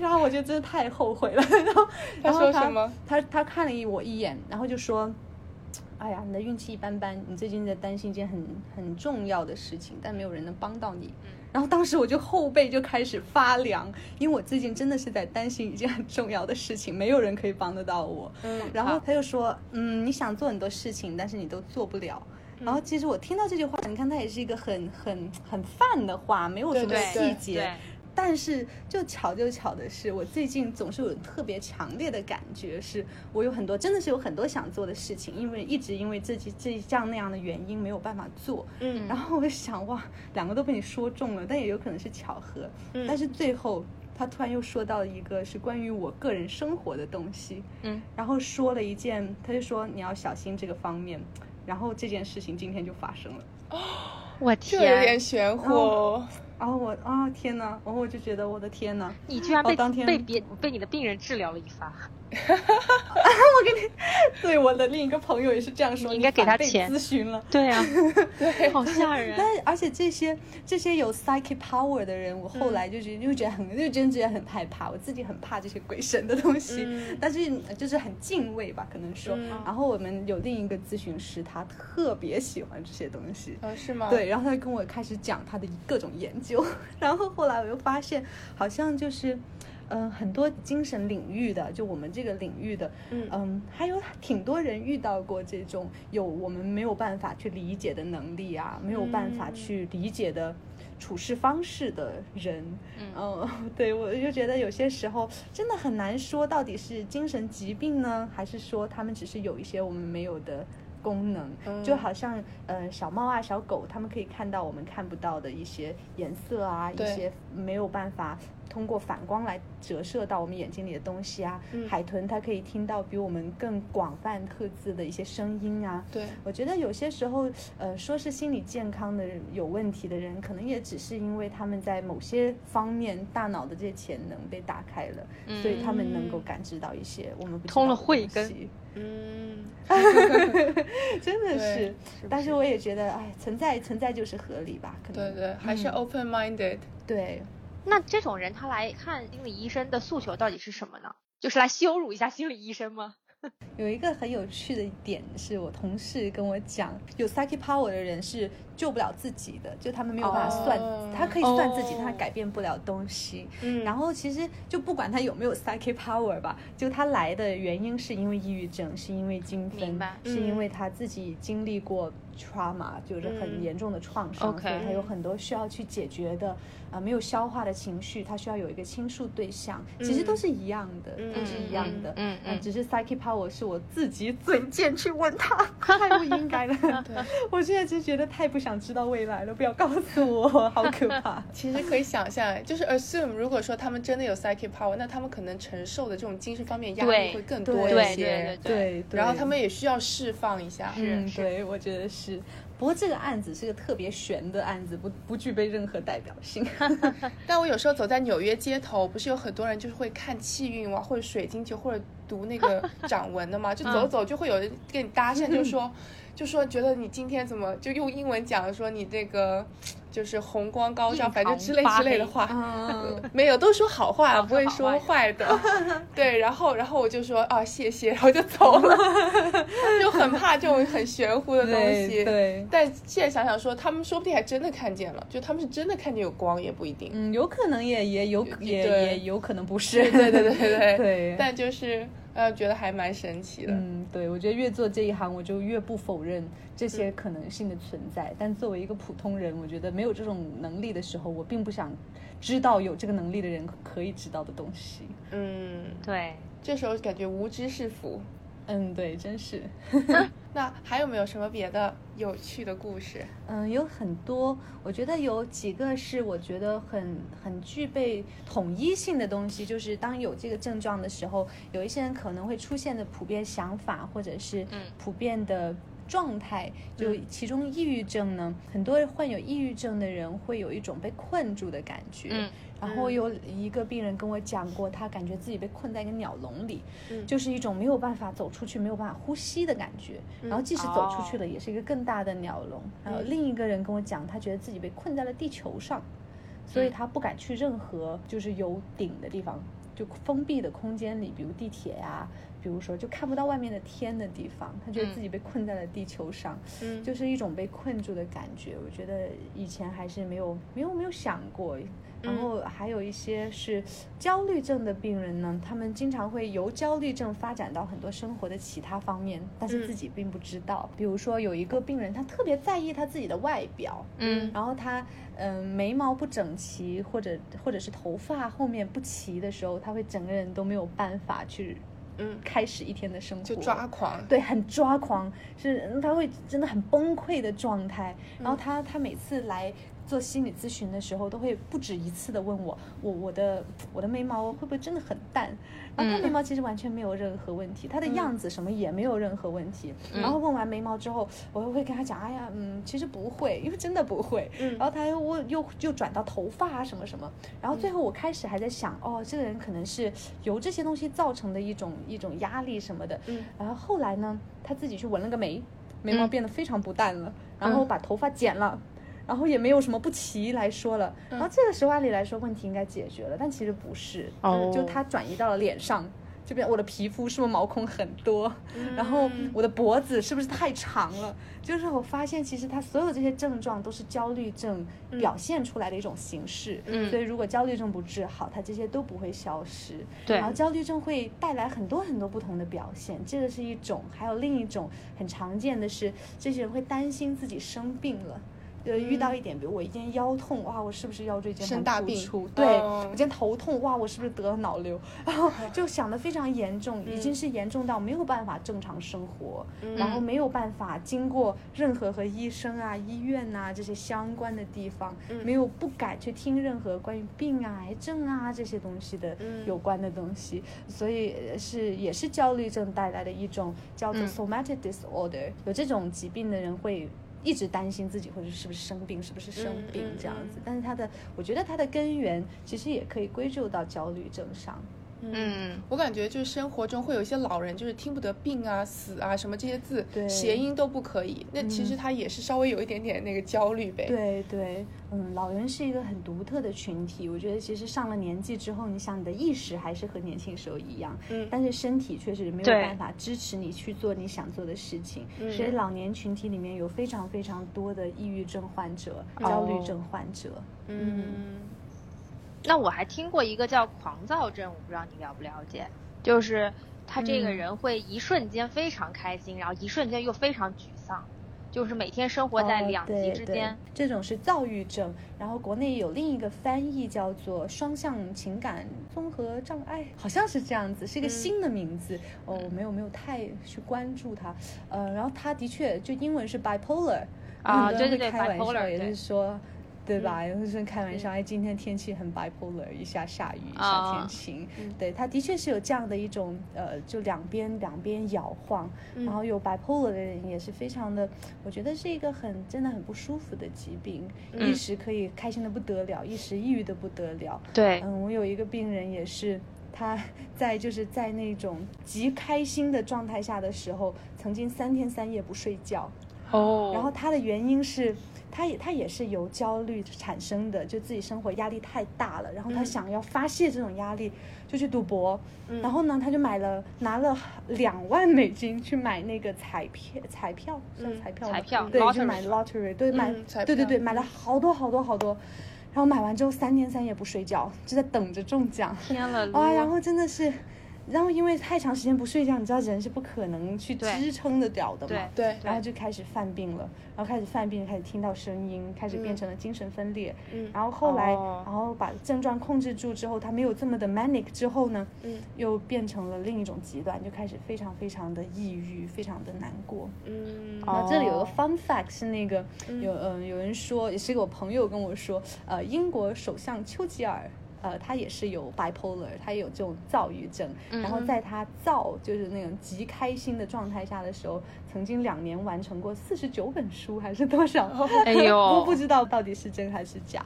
然后我就真的太后悔了。然后然后
说什么？
他他看了一我一眼，然后就说：“哎呀，你的运气一般般，你最近在担心一件很很重要的事情，但没有人能帮到你。”
嗯
然后当时我就后背就开始发凉，因为我最近真的是在担心一件很重要的事情，没有人可以帮得到我。
嗯
然后他就说，嗯，你想做很多事情，但是你都做不了。然后其实我听到这句话，你看它也是一个很很很泛的话，没有什么
对
细
对
节。
对，
但是就巧就巧的是，我最近总是有特别强烈的感觉，是我有很多真的是有很多想做的事情，因为一直因为自己这这样那样的原因没有办法做。
嗯
然后我就想哇，两个都被你说中了，但也有可能是巧合。
嗯
但是最后他突然又说到一个是关于我个人生活的东西，
嗯，
然后说了一件，他就说你要小心这个方面。然后这件事情今天就发生了，
我
这有点
天，
玄乎
哦
哦。
然后我啊、天哪，然后我就觉得我的天哪，
你居然
哦
被
当天
被别被你的病人治疗了一发，
对，我的另一个朋友也是这样说，
你应该给他
反被
钱
咨询了。
对啊，对， 好吓人。
但是而且这些这些有 psychic power 的人，我
嗯
后来就觉得、就觉得很就真觉得很害怕，我自己很怕这些鬼神的东西，
嗯
但是就是很敬畏吧，可能说。
嗯
然后我们有另一个咨询师，他特别喜欢这些东西，
嗯，是吗？
对，然后他就跟我开始讲他的各种研究， 然后后来我又发现，好像就是，嗯、很多精神领域的，就我们这个领域的，
嗯
嗯，还有挺多人遇到过这种有我们没有办法去理解的能力啊，没有办法
嗯
去理解的处事方式的人，
嗯
嗯，对我就觉得有些时候真的很难说到底是精神疾病呢，还是说他们只是有一些我们没有的功能，
嗯
就好像呃小猫啊小狗，它们可以看到我们看不到的一些颜色啊，一
对
些没有办法通过反光来折射到我们眼睛里的东西啊，
嗯
海豚它可以听到比我们更广泛特质的一些声音啊，
对，
我觉得有些时候，呃，说是心理健康的人有问题的人，可能也只是因为他们在某些方面大脑的这些潜能被打开了，所以他们能够
嗯
感知到一些我们不知
通
道
了
的
慧
东
根
西
嗯，
真
对
的是。但是我也觉得，哎，存在存在就是合理吧，可
对
能
对，还是
嗯
open minded。
对
那这种人他来看心理医生的诉求到底是什么呢？就是来羞辱一下心理医生吗？
有一个很有趣的点是我同事跟我讲，有 psychic power 的人是救不了自己的，就他们没有办法算
哦
他可以算自己，但他
哦
改变不了东西。
嗯
然
后
后其实就不管他有没有 psychic power 吧，就他来的原因是因为抑郁症，是因为精
明
分
白，
是因
嗯
为他自己经历过 trauma，就是很
嗯
严重的创伤，
OK
所以他有
嗯
很多需要去解决的啊、呃没有消化的情绪，他需要有一个倾诉对象，其实都
嗯
是一样的，都是一样的。
嗯
嗯，
嗯
只是 psychic power 是我自己嘴贱去问他，太不应 该了。
对，
我现在就觉得太不想知道未来了，不要告诉我，好可怕。
其实可以想象，就是 assume 如果说他们真的有 psychic power，那他们可能承受的这种精神方面压
对
力会更多一
对
些。
对
对，对
然后他们也需要释放一下。
是
嗯，对，我觉得是。不过这个案子是个特别悬的案子，不不具备任何代表性。啊
但我有时候走在纽约街头，不是有很多人就是会看气运啊，或者水晶球，或者读那个 掌纹的
嗯
嘛，就走走就会有人跟你搭讪，就说就说觉得你今天怎么就用英文讲说你这个就是红光高照，
印
反正
堂
之类
发
之类的
黑
话。
嗯，
没有，都说好话，
哦
不会
说
说
好
坏的。 对，然后然后我就说啊谢谢，然后就走了， 就很怕这种很玄乎的东
对
西。
对，
但现在想想说，他们说不定还真的看见了，就他们是真的看见有光，也不一定。
嗯，有可能也也有
对
也
对
也有可能不是。
对对对对
对
但就是呃，觉得还蛮神奇的。
嗯，对，我觉得越做这一行，我就越不否认这些可能性的存在。但作为一个普通人，我觉得没有这种能力的时候，我并不想知道有这个能力的人可以知道的东西。
嗯，
对，
这时候感觉无知是福。
嗯，对，真是。
那还有没有什么别的有趣的故事？
嗯，有很多，我觉得有几个是我觉得很很具备统一性的东西，就是当有这个症状的时候，有一些人可能会出现的普遍想法，或者是
嗯
普遍的。状态就
嗯
其中抑郁症呢，很多患有抑郁症的人会有一种被困住的感觉。
嗯
然后
嗯
有一个病人跟我讲过，他感觉自己被困在一个鸟笼里，
嗯
就是一种没有办法走出去、没有办法呼吸的感觉。然后
嗯
即使走出
哦
去了，也是一个更大的鸟笼。还有
嗯
另一个人跟我讲，他觉得自己被困在了地球上，所以
嗯
他不敢去任何就是有顶的地方，就封闭的空间里，比如地铁呀、啊比如说就看不到外面的天的地方，他觉得自己被困在了地球上，
嗯，
就是一种被困住的感觉。我觉得以前还是没有没有没有想过。
嗯
然后还有一些是焦虑症的病人呢，他们经常会由焦虑症发展到很多生活的其他方面，但
嗯
是自己并不知道。比如说有一个病人，他特别在意他自己的外表，
嗯
然后他嗯、呃眉毛不整齐，或者或者是头发后面不齐的时候，他会整个人都没有办法去
嗯，
开始一天的生活，
就抓狂，
对，很抓狂，是嗯他会真的很崩溃的状态。然后他他每次来做心理咨询的时候，都会不止一次的问我，我我的我的眉毛会不会真的很淡？然后他
嗯
眉毛其实完全没有任何问题，他的
嗯
样子什么也没有任何问题。然后问完眉毛之后，我又会跟他讲，哎呀，嗯，其实不会， 因为真的不会。
嗯
然后他又问又又转到头发啊什么什么，然后最
嗯
后我开始还在想，哦，这个人可能是由这些东西造成的一种一种压力什么的，
嗯
然后后来呢，他自己去纹了个眉，眉毛
嗯
变得非常不淡了，然后
嗯
把头发剪了。然后也没有什么不齐来说了，
嗯
然后这个时候按理来说问题应该解决了，但其实不是，
哦
就它转移到了脸上这边，我的皮肤是不是毛孔很多？然后
嗯
我的脖子是不是太长了？就是我发现，其实他所有这些症状都是焦虑症
嗯
表现出来的一种形式。
嗯
所以如果焦虑症不治好，它这些都不会消失。
对
然后焦虑症会带来很多很多不同的表现，这个是一种，还有另一种很常见的是，这些人会担心自己生病了。呃，遇到
嗯
一点，比如我一天腰痛，哇，我是不是腰椎间
生
盘
大
突
病
出？对，
哦
我今天头痛，哇，我是不是得了脑瘤？ 然后就想的非常严重，已经
嗯
是严重到没有办法正常生活，然后
嗯
没有办法经过任何和医生啊、医院呐、这些相关的地方，
嗯
没有不敢去听任何关于病啊、癌症啊这些东西的
嗯
有关的东西，所以呃是也是焦虑症带来的一种叫做
嗯
somatic disorder，、有这种疾病的人会。一直担心自己会是不是生病，是不是生
嗯
病
嗯
这样
嗯
子，但是他的，我觉得他的根源其实也可以归咎到焦虑症上。
嗯
我感觉就是生活中会有一些老人，就是听不得病啊、死啊什么这些字，
对嗯
谐音都不可以。那其实他也是稍微有一点点那个焦虑呗。，
对对，嗯，老人是一个很独特的群体。我觉得其实上了年纪之后，你想你的意识还是和年轻时候一样，
嗯
但是身体确实没有
对
办法支持你去做你想做的事情。
嗯
所以老年群体里面有非常非常多的抑郁症患者、焦虑
哦
症患者。
嗯
那我还听过一个叫狂躁症，我不知道你了不了解，就是他这个
嗯
人会一瞬间非常开心，然后一瞬间又非常沮丧，就是每天生活在
哦
两极
对
之
对
间。
这种是躁郁症，然后国内有另一个翻译叫做双向情感综合障碍，好像是这样子，是一个
嗯
新的名字。哦，我
嗯
没有没有太去关注它，呃，然后它的确就英文是 bipolar，
啊
很多人
对对对
会开玩笑，
bipolar，
也就是
对
说。对吧？
嗯
有的人开玩笑，哎，今天天气很 bipolar，一下下雨，一下天
啊
晴。
嗯
对，它的确是有这样的一种，呃，就两边两边摇晃。
嗯
然后有 bipolar 的人也是非常的，我觉得是一个很真的很不舒服的疾病，一
嗯
时可以开心的不得了，一时抑郁的不得了。
对，
嗯，我有一个病人也是，他在就是在那种极开心的状态下的时候，曾经三天三夜不睡觉，
哦
然后他的原因是。他也他也是由焦虑产生的，就自己生活压力太大了，然后他
嗯
想要发泄这种压力，就去赌博，
嗯
然后呢，他就买了拿了两万美金去买那个彩票，彩票算
嗯
彩票吗？
彩票
对，就
lottery
买 lottery，对，买、
嗯彩
对对
票
对，买了好多好多好多，然后买完之后三天三夜不睡觉，就在等着中奖，
天了
嗯
噜，
哇、啊然后真的是。然后因为太长时间不睡觉，你知道人是不可能去
对
支撑得了的嘛
对，
对
然后就开始犯病了，然后开始犯病，开始听到声音，开始变
嗯
成了精神分裂。
嗯
然后后来，
哦
然后把症状控制住之后，他没有这么的 manic 之后呢，
嗯
又变成了另一种极端，就开始非常非常的抑郁，非常的难过。
嗯
哦
然后这里有个 fun fact 是那个、
嗯
有嗯、有人说，也是一个我朋友跟我说，呃，英国首相丘吉尔。呃，他也是有 bipolar，他也有这种躁郁症。
嗯
然后在他躁，就是那种极开心的状态下的时候，曾经两年完成过四十九本书，还是多少？
哎呦
我不知道到底是真还是假。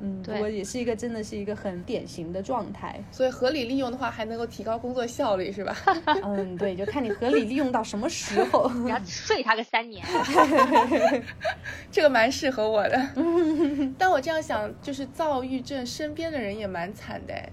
嗯，不
对
过也是一个真的是一个很典型的状态。
所以合理利用的话，还能够提高工作效率，是吧？
嗯，对，就看你合理利用到什么时候。
然后睡他个三 年，
这个蛮适合 我的。但我这样想，就是躁郁症身边的人也蛮惨的哎，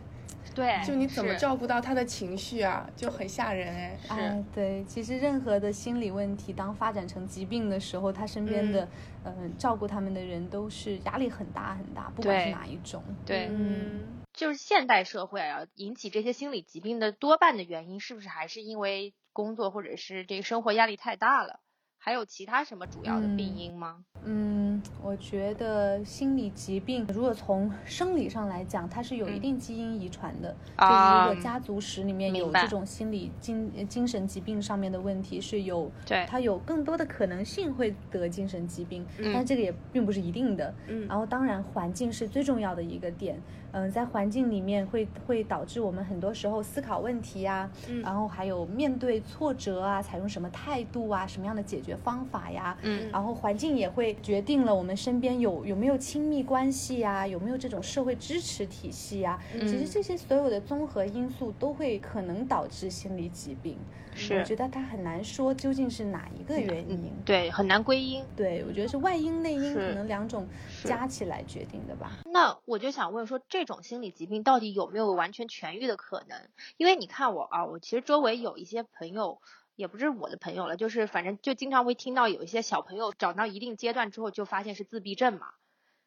对，
就你怎么
是
照顾到他的情绪啊，就很吓人哎。
是
哎，对，其实任何的心理问题，当发展成疾病的时候，他身边的，嗯、照顾他们的人都是压力很大很大，不管是
对
哪一种。
对，
嗯，
就是现代社会啊，引起这些心理疾病的多半的原因，是不是还是因为工作或者是这个生活压力太大了？还有其他什么主要的病
嗯
因吗？
嗯，我觉得心理疾病如果从生理上来讲，它是有一
嗯
定基因遗传的，
啊
就是如果家族史里面
明
有
白
这种心理精呃精神疾病上面的问题，是有
对
它有更多的可能性会得精神疾病，
嗯
但这个也并不是一定的。
嗯
然后当然环境是最重要的一个点，嗯、在环境里面会会导致我们很多时候思考问题呀、
嗯
然后还有面对挫折啊，采用什么态度啊，什么样的解决方法呀，
嗯
然后环境也会决定了我们身边有有没有亲密关系呀、有没有这种社会支持体系呀、其实
嗯
这些所有的综合因素都会可能导致心理疾病。我
是嗯
觉得它很难说究竟是哪一个原因。
对，很难归因。
对，我觉得是外因内因，
是
可能两种
是
加起来决定的吧。
那我就想问说，这种心理疾病到底有没有完全痊愈的可能？因为你看我啊，我其实周围有一些朋友，也不是我的朋友了，就是反正就经常会听到有一些小朋友长到一定阶段之后，就发现是自闭症嘛。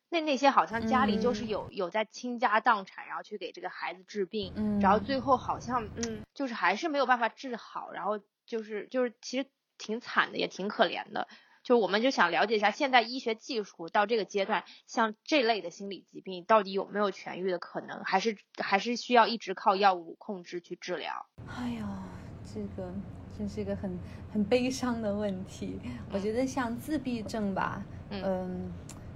那那些好像家里就是
嗯
有、有在倾家荡产，然后去给这个孩子治病，
嗯
然后最后好像
嗯
就是还是没有办法治好，然后就是就是其实挺惨的，也挺可怜的。就是我们就想了解一下，现在医学技术到这个阶段，像这类的心理疾病到底有没有痊愈的可能，还是还是需要一直靠药物控制去治疗？
哎呦，这个真是一个很很悲伤的问题。我觉得像自闭症吧，
嗯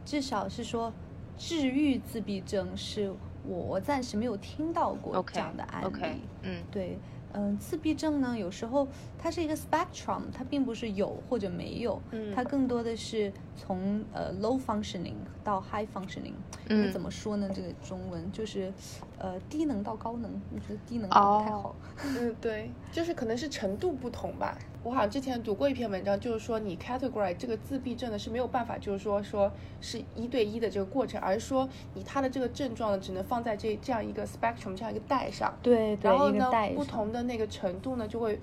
至少是说治愈自闭症是我我暂时没有听到过
OK，
这样的案例。
OK，嗯
对，嗯，自闭症呢，有时候它是一个 spectrum，它并不是有或者没有，
嗯
它更多的是从呃 low functioning 到 high functioning，
嗯
那怎么说呢？这个中文就是呃低能到高能，我觉得低能搞不太
哦
好。
嗯，对，就是可能是程度不同吧。我好像之前读过一篇文章，就是说你 categorize 这个自闭症呢是没有办法，就是说说是一对一的这个过程，而是说你他的这个症状呢只能放在这这样一个 spectrum 这样一个带上，
对对，
然后
一个
呢
带
不
上
同的那个程度呢就会。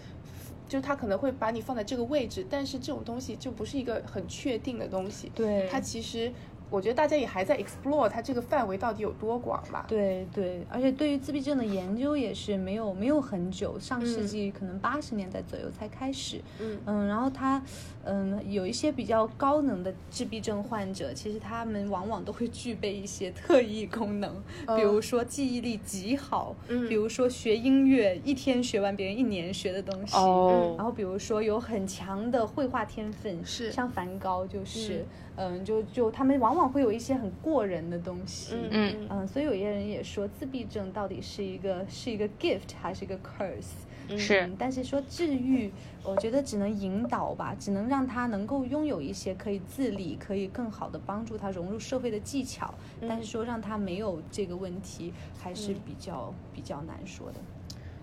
就是他可能会把你放在这个位置，但是这种东西就不是一个很确定的东西。
对
它其实，我觉得大家也还在 explore 它这个范围到底有多广吧。
对对，而且对于自闭症的研究也是没有没有很久，上世
嗯
纪可能八十年代左右才开始。
嗯
嗯，然后他，嗯，有一些比较高能的自闭症患者，其实他们往往都会具备一些特异功能，比如
嗯
说记忆力极好，
嗯
比如说学音乐一天学完别人一年学的东西，然
哦
后比如说有很强的绘画天分，
是
像梵高就是，嗯，就就他们往往会有一些很过人的东西，
嗯
嗯，所以有些人也说自闭症到底是一个是一个 gift 还是一个 curse？
嗯
是
嗯，但是说治愈，我觉得只能引导吧，只能让他能够拥有一些可以自理、可以更好的帮助他融入社会的技巧。
嗯
但是说让他没有这个问题，还是
嗯
比较、比较难说的。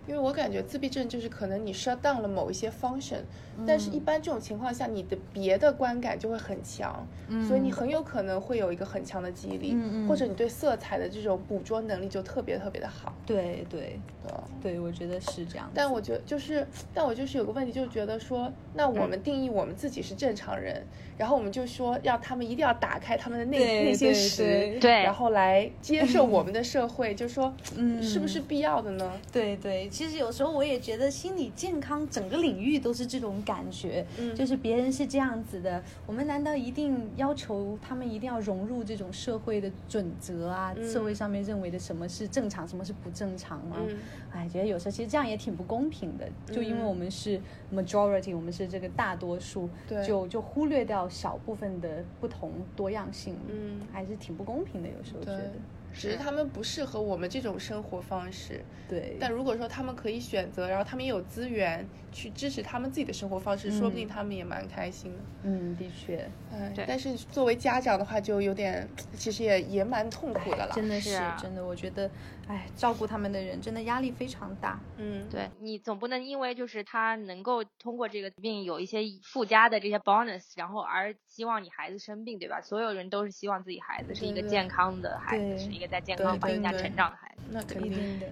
因为我感觉自闭症就是可能你 shut down 了某一些 function，、但是一
嗯
般这种情况下，你的别的观感就会很强，所以你
嗯
很有可能会有一个很强的记忆力，
嗯嗯
或者你对色彩的这种捕捉能力就特别特别的好。
对对
对
对，我觉得是这样子。
但我觉得就是，但我就是有个问题，就是觉得说，那我
嗯
们定义我们自己是正常人，然后我们就说让他们一定要打开他们的内
对
内心
对
石
对，
对
然后来接受我们的社会，就说，
嗯
是不是必要的呢？
对对，其实有时候我也觉得心理健康整个领域都是这种感觉，
嗯
就是别人是这样子的，我们难道一定要求他们一定要融入这种社会的准则啊？
嗯
社会上面认为的什么是正常，什么是不正常吗？
嗯
哎，觉得有时候其实这样也挺不公平的，就因为我们是 majority，我们是这个大多数，
对
就就忽略掉小部分的不同多样性，
嗯
还是挺不公平的，有时候觉
对
得，
只是
是
他们不适合我们这种生活方式。
对，
但如果说他们可以选择，然后他们也有资源去支持他们自己的生活方式，说不定
嗯
他们也蛮开心的。
嗯，的确，
哎
对，
但是作为家长的话，就有点，其实也也蛮痛苦的了。
真的
是
是
啊
真的，我觉得，哎，照顾他们的人真的压力非常大。
嗯，
对你总不能因为就是他能够通过这个病有一些附加的这些 bonus，然后而希望你孩子生病，对吧？所有人都是希望自己孩子是一
对
个
对
健康的孩子，
对
是一个在健
对
康环
对
境下
对
成长的孩子。
那肯
一
定。
定的，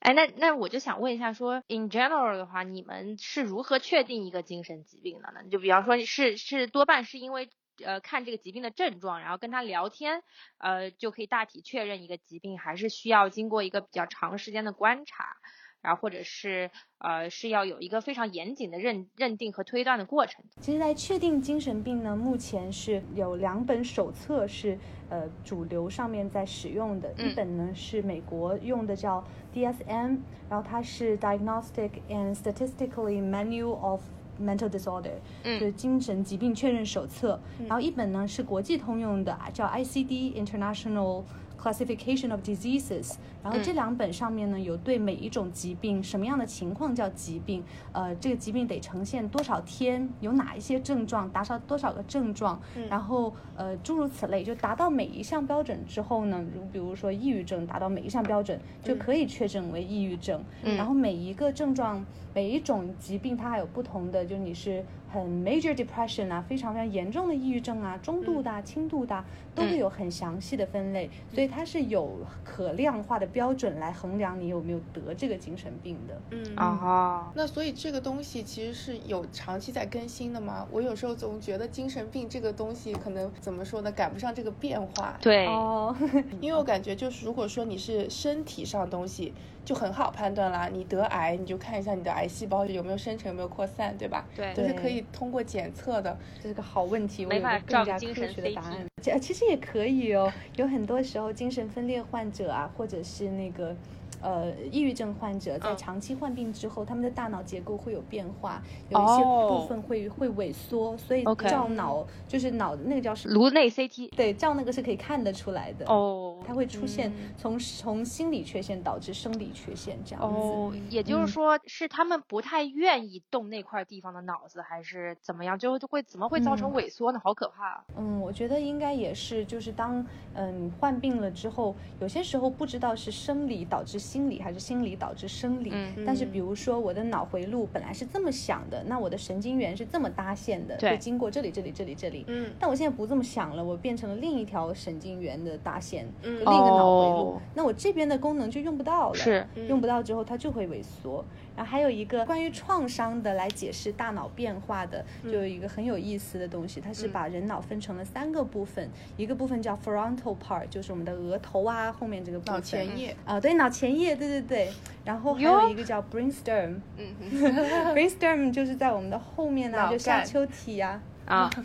哎，那那我就想问一下说，in general 的话，你们是如何确定一个精神疾病的呢？就比方说是是多半是因为呃看这个疾病的症状，然后跟他聊天，呃就可以大体确认一个疾病，还是需要经过一个比较长时间的观察，然后或者是呃是要有一个非常严谨的认认定和推断的过程？
其实，在确定精神病呢，目前是有两本手册是呃主流上面在使用的，
嗯
一本呢是美国用的叫 DSM，然后它是 Diagnostic and Statistically Manual of Mental Disorder，、
嗯
就是精神疾病确认手册。
嗯
然后一本呢是国际通用的，叫 ICD International。Classification of Diseases，然后这
嗯
两本上面呢有对每一种疾病什么样的情况叫疾病，呃，这个疾病得呈现多少天，有哪一些症状，达到多少个症状，
嗯
然后呃，诸如此类，就达到每一项标准之后呢，如比如说抑郁症达到每一项标准，就
嗯
可以确诊为抑郁症。
嗯
然后每一个症状，每一种疾病它还有不同的，就是你是很 major depression 啊，非常非常严重的抑郁症啊，中度的、啊、轻度的、啊，都
嗯
会有很详细的分类，所以它是有可量化的标准来衡量你有没有得这个精神病的。
嗯
哦，
那所以这个东西其实是有长期在更新的嘛？我有时候总觉得精神病这个东西可能怎么说呢，赶不上这个变化。
对，
哦，
因为我感觉就是，如果说你是身体上的东西，就很好判断啦。你得癌，你就看一下你的癌细胞有没有生成，有没有扩散，对吧？
对
都是可以通过检测的。
这是个好问题，我
没
有
法
个
照
更加
精
科
神
学的
CT
答案。其其实也可以哦，有很多时候精神分裂患者啊，或者是那个。呃，抑郁症患者在
嗯
长期患病之后，他们的大脑结构会有变化，有一些
哦
部分会、会萎缩，所以
OK
照脑就是脑那个叫什么？
颅内 CT。
对，照那个是可以看得出来的。，
哦，
它会出现
嗯
从、从心理缺陷导致生理缺陷这样子。
哦，也就
嗯
是说，是他们不太愿意动那块地方的脑子，还是怎么样？就就会怎么会造成
嗯
萎缩呢？好可怕啊！
嗯，我觉得应该也是，就是当嗯患病了之后，有些时候不知道是生理导致心理还是心理导致生理。
嗯
但是
嗯
比如说我的脑回路本来是这么想的，那我的神经元是这么搭线的，
对
会经过这里这里这里这里。
嗯
但我现在不这么想了，我变成了另一条神经元的搭线，
嗯
就另一个脑回路，
哦
那我这边的功能就用不到了。
是
嗯
用不到之后，它就会萎缩。然后还有一个关于创伤的来解释大脑变化的，
嗯
就有一个很有意思的东西，它是把人脑分成了三个部分，一个部分叫 frontal part，就是我们的额头啊后面这个部分，
脑前 叶，
啊、对，脑前叶，对对对。然后还有一个叫 brainstem，brainstem
嗯
就是在我们的后面呢、
脑
就下
干
丘体啊，
啊，
生物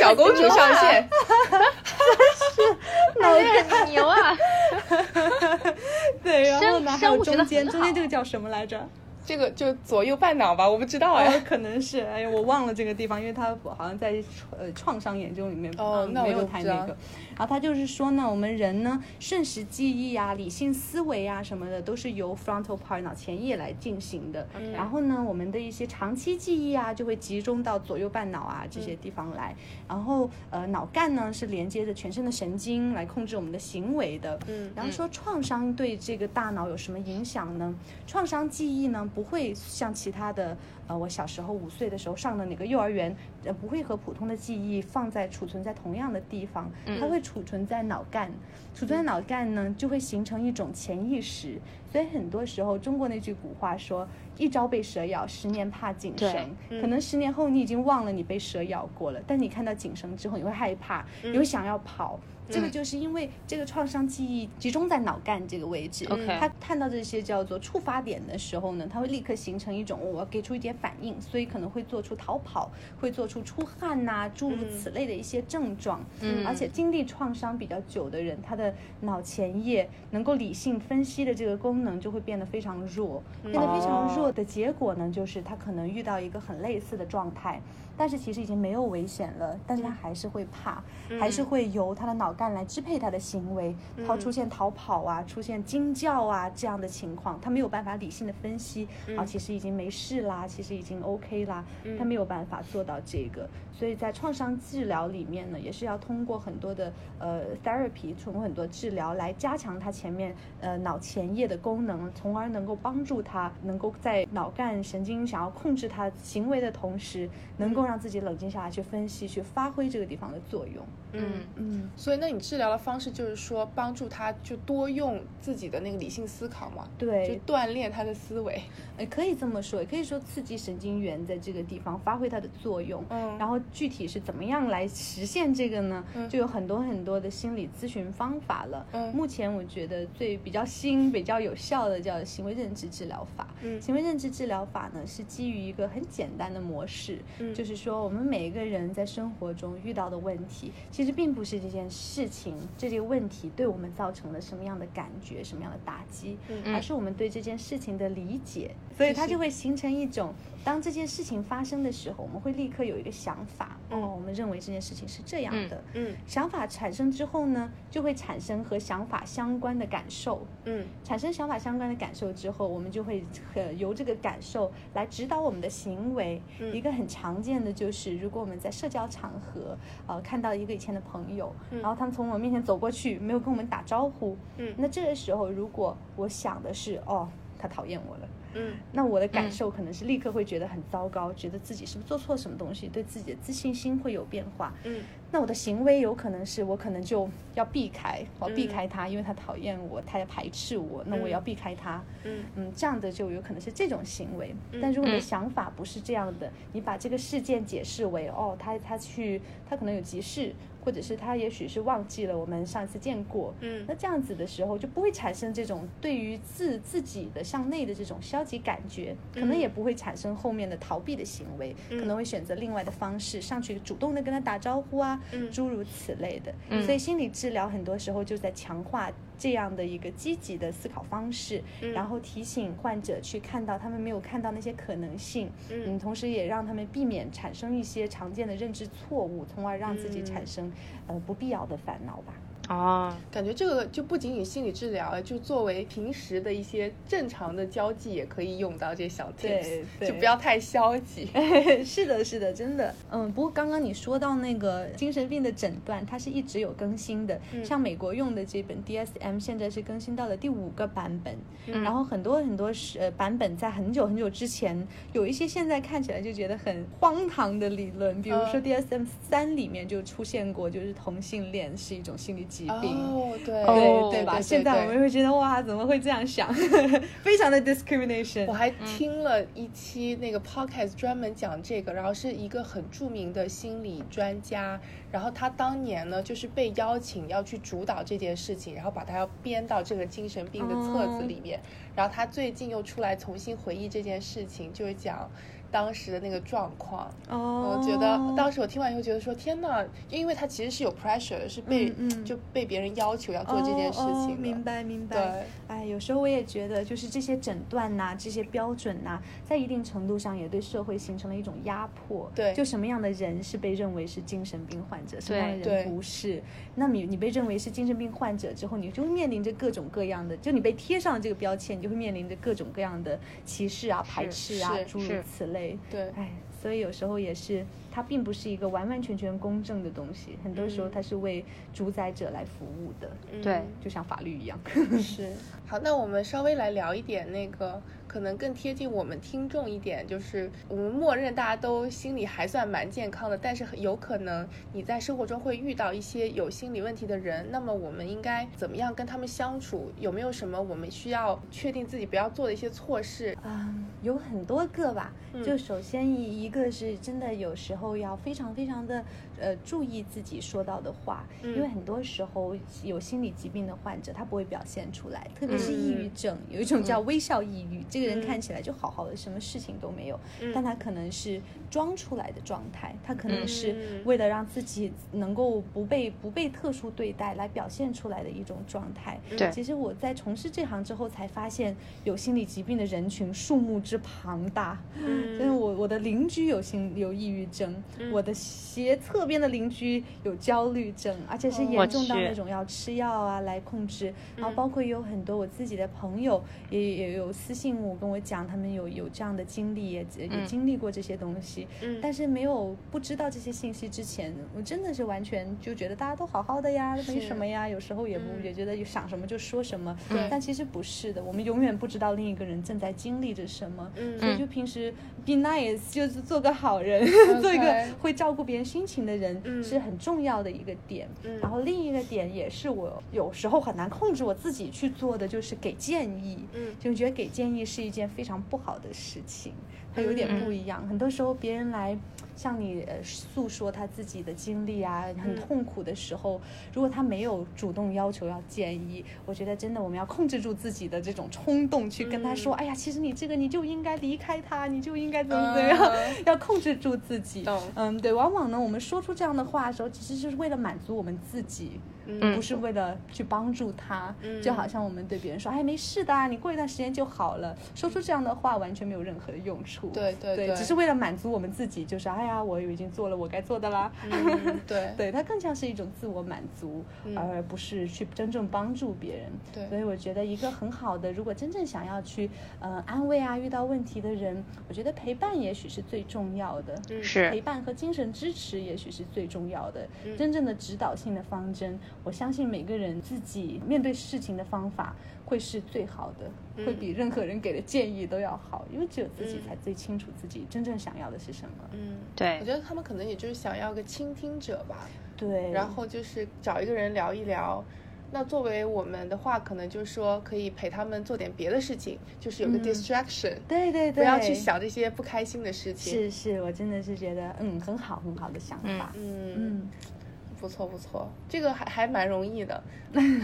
小公主上线。
脑很牛啊！
对，然后呢
生
还
生
有
物学得
中间，
很
中间
好
这个叫什么来着？
这个就左右半脑吧，我不知道哎。
哦，可能是，哎呀，我忘了这个地方，因为它好像在呃创伤研究里面，
哦
嗯
那我
没有
就不
太
知
那
道
个。然后他就是说呢，我们人呢，瞬时记忆啊、理性思维啊什么的，都是由 frontal part 脑前叶来进行的。
嗯
然后呢，我们的一些长期记忆啊，就会集中到左右半脑啊这
嗯
些地方来。然后呃，脑干呢是连接着全身的神经来控制我们的行为的。
嗯
然后说创伤对这个大脑有什么影响呢？创伤记忆呢不会像其他的，呃，我小时候五岁的时候上的哪个幼儿园，呃，不会和普通的记忆放在储存在同样的地方，
嗯
它会储存在脑干，储存在脑干呢就会形成一种潜意识。所以很多时候，中国那句古话说“一朝被蛇咬，十年怕井绳
对”，
嗯
可能十年后你已经忘了你被蛇咬过了，但你看到井绳之后，你会害怕，
嗯
你会想要跑。这
嗯
个就是因为这个创伤记忆集中在脑干这个位置
嗯 OK
他看到这些叫做触发点的时候呢，他会立刻形成一种、哦我要给出一点反应，所以可能会做出逃跑，会做出出汗呐、诸如此类的一些症状。
嗯
而且经历创伤比较久的人，他的脑前叶能够理性分析的这个功能就会变得非常弱，变得非常弱的结果呢，就是他可能遇到一个很类似的状态，但是其实已经没有危险了，但是他还是会怕，还是会由他的脑干来支配他的行为，他出现逃跑啊，出现惊叫啊这样的情况，他没有办法理性的分析、啊，其实已经没事啦，其实已经 OK 啦，
嗯
他没有办法做到这个，所以在创伤治疗里面呢，也是要通过很多的呃 therapy，通过很多治疗来加强他前面呃脑前叶的功功能，从而能够帮助他能够在脑干神经想要控制他行为的同时，能
嗯
够让自己冷静下来去分析，去发挥这个地方的作用。
嗯，
嗯，
所以，那你治疗的方式就是说，帮助他就多用自己的那个理性思考嘛，就
对，
锻炼他的思维。
呃，可以这么说，也可以说刺激神经元在这个地方发挥它的作用。
嗯
然后具体是怎么样来实现这个呢？
嗯
就有很多很多的心理咨询方法了。
嗯
目前我觉得最比较新、比较有效的叫行为认知治疗法。
嗯
行为认知治疗法呢，是基于一个很简单的模式，
嗯
就是说我们每一个人在生活中遇到的问题，其实并不是这件事情、这个问题对我们造成了什么样的感觉、什么样的打击，
嗯
而是我们对这件事情的理解，所以它就会形成一种，当这件事情发生的时候，我们会立刻有一个想法，
嗯
哦，我们认为这件事情是这样的。
嗯
想法产生之后呢，就会产生和想法相关的感受，
嗯
产生想法相关的感受之后，我们就会呃由这个感受来指导我们的行为。
嗯
一个很常见的就是，如果我们在社交场合，呃，看到一个以前的朋友，
嗯
然后他们从我们面前走过去，没有跟我们打招呼，
嗯
那这个时候如果我想的是，哦，他讨厌我了。
嗯
那我的
嗯
感受可能是立刻会觉得很糟糕，觉得自己是不是做错什么东西，对自己的自信心会有变化。
嗯
那我的行为有可能是我可能就要避开，我要
嗯
避开他，因为他讨厌我，他要排斥我，那我
嗯
要避开他。
嗯
嗯，这样的就有可能是这种行为。
嗯
但如果你
嗯
的想法不是这样的，你把这个事件解释为哦，他他去他可能有急事，或者是他也许是忘记了我们上一次见过。
嗯
那这样子的时候，就不会产生这种对于自自己的向内的这种消极感觉，可能
嗯
也不会产生后面的逃避的行为，可能会选择另外的方式上去主动的跟他打招呼啊，
嗯
诸如此类的。
嗯
所以心理治疗很多时候就在强化这样的一个积极的思考方式，
嗯
然后提醒患者去看到他们没有看到那些可能性，
嗯
嗯，同时也让他们避免产生一些常见的认知错误，从而让自
嗯
己产生、呃不必要的烦恼吧。
哦，
感觉这个就不仅仅心理治疗，就作为平时的一些正常的交际也可以用到这些小 tips，
对对哎
就不要太消极。
是的，是的，真的。嗯，不过刚刚你说到那个精神病的诊断，它是一直有更新的。
嗯
像美国用的这本 DSM 现在是更新到了第五个版本，
嗯
然后很多很多是呃版本在很久很久之前有一些现在看起来就觉得很荒唐的理论，比如说
嗯
DSM 三里面就出现过，就是同性恋是一种心理疾病。
哦，对
哦
对
对
对吧？
对
现在我
对
们会觉得哇，怎么会这样想？ 非常的 discrimination
我。还听了一期那个 podcast 专门讲这个，然后是一个很著名的心理专家，然后他当年呢就是被邀请要去主导这件事情，然后把它要编到这个精神病的册
哦
子里面，然后他最近又出来重新回忆这件事情，就是讲当时的那个状况。
哦
我觉得当时我听完以后觉得说天呐，因为他其实是有 pressure 的，是被、
嗯嗯
就被别人要求要做这件事
哦哦
情的。
明白明
对
白。哎，有时候我也觉得，就是这些诊断呐、这些标准呐、在一定程度上也对社会形成了一种压迫。
对
就什么样的人是被认为是精神病患者，什么样的
对
人不是？那你你被认为是精神病患者之后，你就会面临着各种各样的，就你被贴上了这个标签，你就会面临着各种各样的歧视啊、排斥啊
是，
诸如
是
此类。
对
哎，所以有时候也是，它并不是一个完完全全公正的东西，很多时候
嗯
它是为主宰者来服务的。
对
嗯
就像法律一样。
是，好，那我们稍微来聊一点那个，可能更贴近我们听众一点，就是我们默认大家都心理还算蛮健康的，但是很有可能你在生活中会遇到一些有心理问题的人，那么我们应该怎么样跟他们相处？有没有什么我们需要确定自己不要做的一些措施？
嗯，有很多个吧。
嗯
就首先一一个是真的，有时候要非常非常的呃注意自己说到的话，因为
嗯
很多时候有心理疾病的患者他不会表现出来，特别是抑郁
嗯
症，有一种叫微笑抑郁，这个
嗯
人看起来就好好的，什么事情都没有，
嗯
但他可能是装出来的状态，他可
嗯
能是为了让自己能够不被不被特殊对待来表现出来的一种状态。
嗯对
其实我在从事这行之后，才发现有心理疾病的人群数目之庞大。
嗯
就是我我的邻居有心有抑郁症，
嗯
我的斜侧边的邻居有焦虑症，而且是
哦
我
严重到
去
那种要吃药啊来控制。然后
嗯
包括有很多我自己的朋友也也有私信我母跟我讲，他们有有这样的经历，也也
嗯
经历过这些东西，
嗯
但是没有不知道这些信息之前，我真的是完全就觉得大家都好好的呀，没
是嗯
什么呀，有时候也不、也觉得有想什么就说什么，
对
但其实不是的，我们永远不知道另一个人正在经历着什么，
嗯
所以就平时 be nice，就是做个好人， 做一个
OK
会照顾别人心情的人、
嗯
是很重要的一个点。
嗯
然后另一个点也是我有时候很难控制我自己去做的，就是给建议。
嗯
就觉得给建议是一件非常不好的事情，它有点
嗯
不一样。很多时候别人来向你呃诉说他自己的经历啊，很
嗯
痛苦的时候，如果他没有主动要求要建议，我觉得真的我们要控制住自己的这种冲动去跟他说，
嗯
哎呀，其实你这个你就应该离开他，你就应该怎么怎么样，
嗯
要控制住自己。
懂
嗯，对，往往呢，我们说出这样的话的时候，其实就是为了满足我们自己，
嗯
不是为了去帮助他，
嗯
就好像我们对别人说，哎，没事的啊，你过一段时间就好了，说出这样的话完全没有任何的用处。
对对对
只是为了满足我们自己，就是哎呀，我已经做了我该做的啦。
嗯对
对，它更像是一种自我满足，
嗯
而不是去真正帮助别人。
对
所以我觉得一个很好的，如果真正想要去呃安慰啊遇到问题的人，我觉得陪伴也许是最重要的。
嗯
是
陪伴和精神支持也许是最重要的。
嗯
真正的指导性的方针，我相信每个人自己面对事情的方法会是最好的，
嗯
会比任何人给的建议都要好，因为只有自己
嗯
才最清楚自己真正想要的是什么。
嗯，
对
我觉得他们可能也就是想要个倾听者吧，
对，
然后就是找一个人聊一聊。那作为我们的话，可能就是说可以陪他们做点别的事情，就是有个
嗯
distraction，、
对对对，
不要去。想这些不开心的事情。
是是，我真的是觉得，嗯，很好很好的想法。
嗯，
嗯，
不错不错，这个还还蛮容易的。
嗯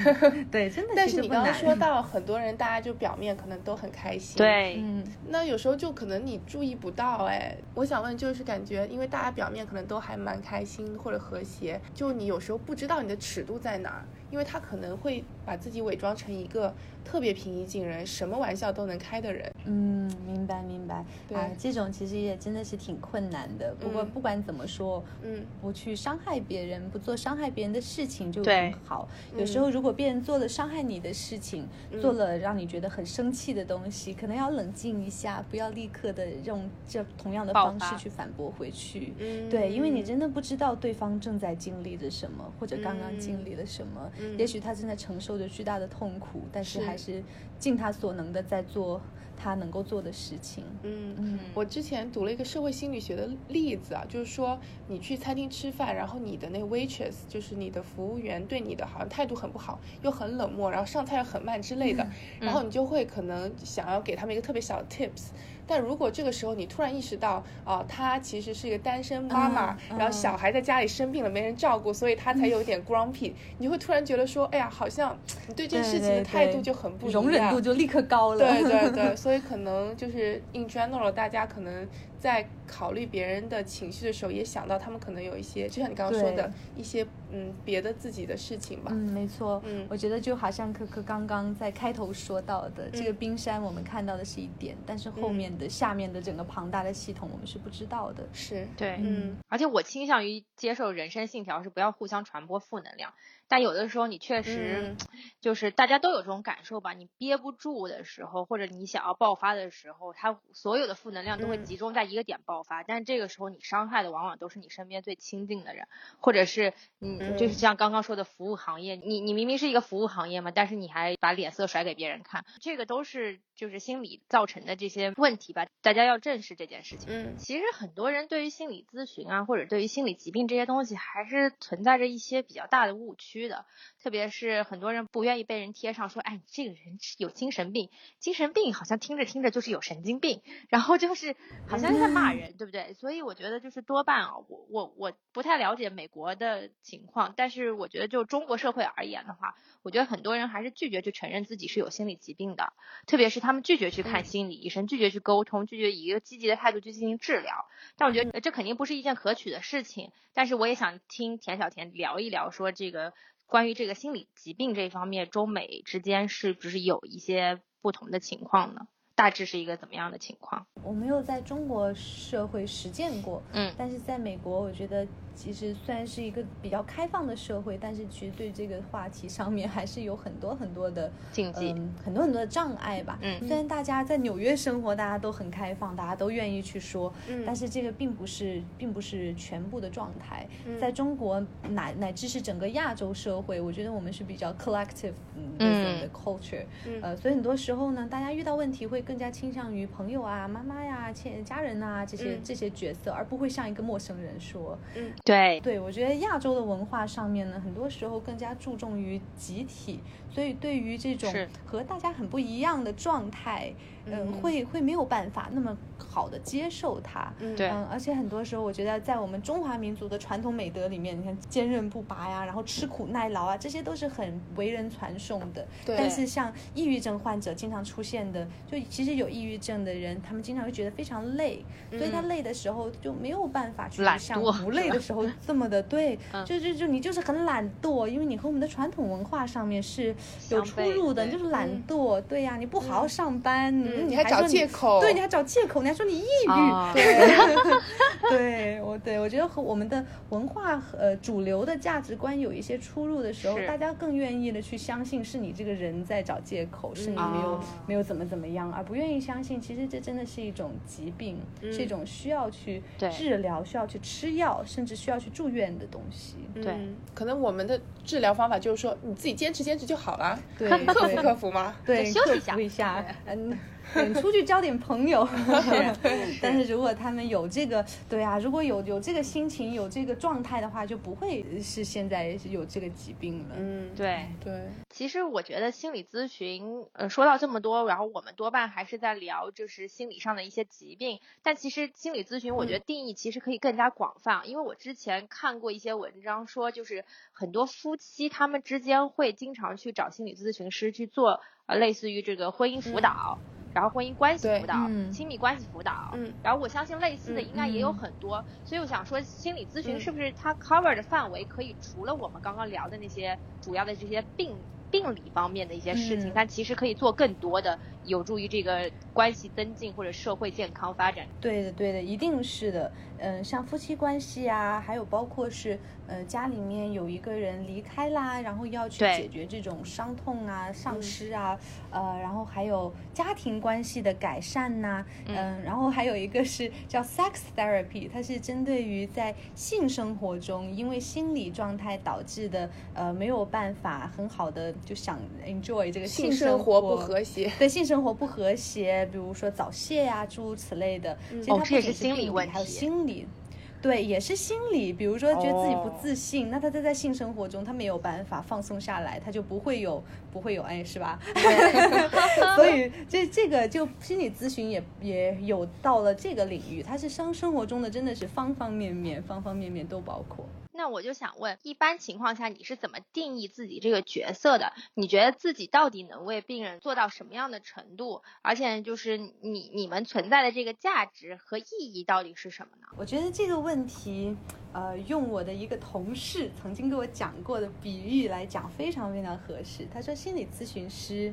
对，真的
但
其
是
实
你
不
刚刚
难
说，到，很多人大家就表面可能都很开心，，
对，
嗯，
那有时候就可能你注意不到哎。我想问，就是感觉因为大家表面可能都还蛮开心或者和谐，就你有时候不知道你的尺度在哪儿，因为他可能会把自己伪装成一个特别平易近人、什么玩笑都能开的人。
嗯，明白明白。
对
哎这种其实也真的是挺困难的。不过
嗯
不管怎么说，
嗯，
不去伤害别人，不做伤害别人的事情就很
对
好。有时候如果别人做了伤害你的事情，做
嗯
了让你觉得很生气的东西，可能要冷静一下，不要立刻的用这同样的
爆
方式
发
去反驳回去。
嗯
对，因为你真的不知道对方正在经历着什么，或者刚刚经
嗯
历了什么。
嗯
也许他正在承受着巨大的痛苦，但是
是
还是尽他所能的在做他能够做的事情。
嗯。
嗯
我之前读了一个社会心理学的例子啊，就是说你去餐厅吃饭，然后你的那个 waitress，就是你的服务员，对你的好像态度很不好，又很冷漠，然后上菜又很慢之类
嗯
的，然后你就会可能想要给他们一个特别小的 tips。但如果这个时候你突然意识到，啊、她其实是一个单身妈妈，
嗯
然后
嗯
小孩在家里生病了没人照顾，所以她才有点 grumpy，、你就会突然觉得说，哎呀，好像你对这件
对
事情
对
的态
对
度就很不一样，
容忍度就立刻高了。
对对 对，所以可能就是 in general，大家可能在考虑别人的情绪的时候，也想到他们可能有一些，就像你刚刚说的一些嗯别的自己的事情吧。
嗯，没错，
嗯
我觉得就好像可可刚刚在开头说到的，这个
嗯
冰山我们看到的是一点，但是后
嗯
面的、下面的整个庞大的系统我们是不知道的。
是，
对，
嗯
而且我倾向于接受人生信条是不要互相传播负能量，但有的时候你确实
嗯
就是大家都有这种感受吧，你憋不住的时候，或者你想要爆发的时候，它所有的负能量都会
嗯
集中在一个点爆发，但这个时候你伤害的往往都是你身边最亲近的人，或者是嗯，就是
嗯
像刚刚说的服务行业，你你明明是一个服务行业嘛，但是你还把脸色甩给别人看，这个都是就是心理造成的这些问题吧，大家要正视这件事情。
嗯
其实很多人对于心理咨询啊，或者对于心理疾病这些东西，还是存在着一些比较大的误区的。特别是很多人不愿意被人贴上说，哎，你这个人是有精神病，精神病好像听着听着就是有神经病，然后就是好像是在骂人，对不对？所以我觉得就是多半啊，我我我不太了解美国的情况，但是我觉得就中国社会而言的话，我觉得很多人还是拒绝去承认自己是有心理疾病的。特别是他们拒绝去看
嗯
心理医生，拒绝去沟通，拒绝以一个积极的态度去进行治疗。但我觉
嗯
得这肯定不是一件可取的事情。但是我也想听田小田聊一聊，说这个关于这个心理疾病这一方面，中美之间是不是有一些不同的情况呢？大致是一个怎么样的情况？
我没有在中国社会实践过，
嗯
但是在美国，我觉得其实虽然是一个比较开放的社会，但是其实对这个话题上面还是有很多很多的
禁忌
嗯，很多很多的障碍吧。
嗯
虽然大家在纽约生活，大家都很开放，大家都愿意去说，
嗯
但是这个并不是并不是全部的状态。
嗯
在中国乃乃至是整个亚洲社会，我觉得我们是比较 collective
嗯
的 culture，、
嗯
呃，所以很多时候呢，大家遇到问题会更加倾向于朋友啊、妈妈呀、亲家人啊这些、
嗯
这些角色，而不会向一个陌生人说。
对，
对，我觉得亚洲的文化上面呢，很多时候更加注重于集体，所以对于这种
是
和大家很不一样的状态，嗯，
嗯
会会没有办法那么好的接受它。
嗯
对
嗯，而且很多时候，我觉得在我们中华民族的传统美德里面，你看坚韧不拔呀，然后吃苦耐劳啊，这些都是很为人传颂的。
对嗯
但是像抑郁症患者经常出现的，就其实有抑郁症的人，他们经常会觉得非常累，所以他
嗯
累的时候就没有办法去
懒
像
惰
不累的时候这么的对，
嗯
就就就你就是很懒惰，因为你和我们的传统文化上面是
相
有出
悖
入的，你
对
就是懒惰，对呀、你不好好上班，
嗯
你
你还找
说你
借口
对，你还找借口，你还说你抑郁，
哦
对，对我对我觉得和我们的文化和呃主流的价值观有一些出入的时候，
是
大家更愿意的去相信是你这个人在找借口，是你
嗯
没有、
哦
没有怎么怎么样，而不愿意相信其实这真的是一种疾病，是一种需要去
对
治疗、需要去吃药，甚至需要去住院的东西。
对
嗯可能我们的治疗方法就是说你自己坚持坚持就好了，
对
克服
对
克服嘛。
对，
休息一下
克服一下，嗯，对你出去交点朋 友。但是如果他们有这个，对啊，如果有有这个心情、有这个状态的话，就不会是现在有这个疾病了。
嗯，
对，
对，
其实我觉得心理咨询，呃，说到这么多，然后我们多半还是在聊就是心理上的一些疾病，但其实心理咨询，我觉得定义其实可以更加广泛，因为我之前看过一些文章说，就是很多夫妻他们之间会经常去找心理咨询师去做，呃，类似于这个婚姻辅导。然后婚姻关系
对
辅导、
嗯
亲密关系辅导，
嗯
然后我相信类似的
嗯
应该也有
嗯
很多，所以我想说，心理咨询
嗯
是不是它 cover 的范围可以除了我们刚刚聊的那些主要的这些病病理方面的一些事情，
嗯
但其实可以做更多的，有助于这个关系增进或者社会健康发展。
对的，对的，一定是的。嗯，像夫妻关系啊，还有包括是呃家里面有一个人离开啦，然后要去
对
解决这种伤痛啊、丧
嗯
失啊，呃，然后还有家庭关系的改善呐、嗯、然后还有一个是叫 sex therapy，它是针对于在性生活中因为心理状态导致的呃没有办法很好的就想 enjoy 这个
性
生
生活不和谐，
对性生活不和谐，比如说早泄呀、诸如此类的，其实
哦
它
这也
不
是
仅是
心理
病理
问
还有
题
心理。对，也是心理，比如说觉得自己不
哦
自信，那他在在性生活中他没有办法放松下来，他就不会有不会有哎，是吧？ 所以这这个就心理咨询也也有到了这个领域，它是生生活中的真的是方方面面，方方面面都包括。
那我就想问，一般情况下你是怎么定义自己这个角色的？你觉得自己到底能为病人做到什么样的程度？而且就是你你们存在的这个价值和意义到底是什么呢？
我觉得这个问题，呃，用我的一个同事曾经给我讲过的比喻来讲，非常非常合适。他说，心理咨询师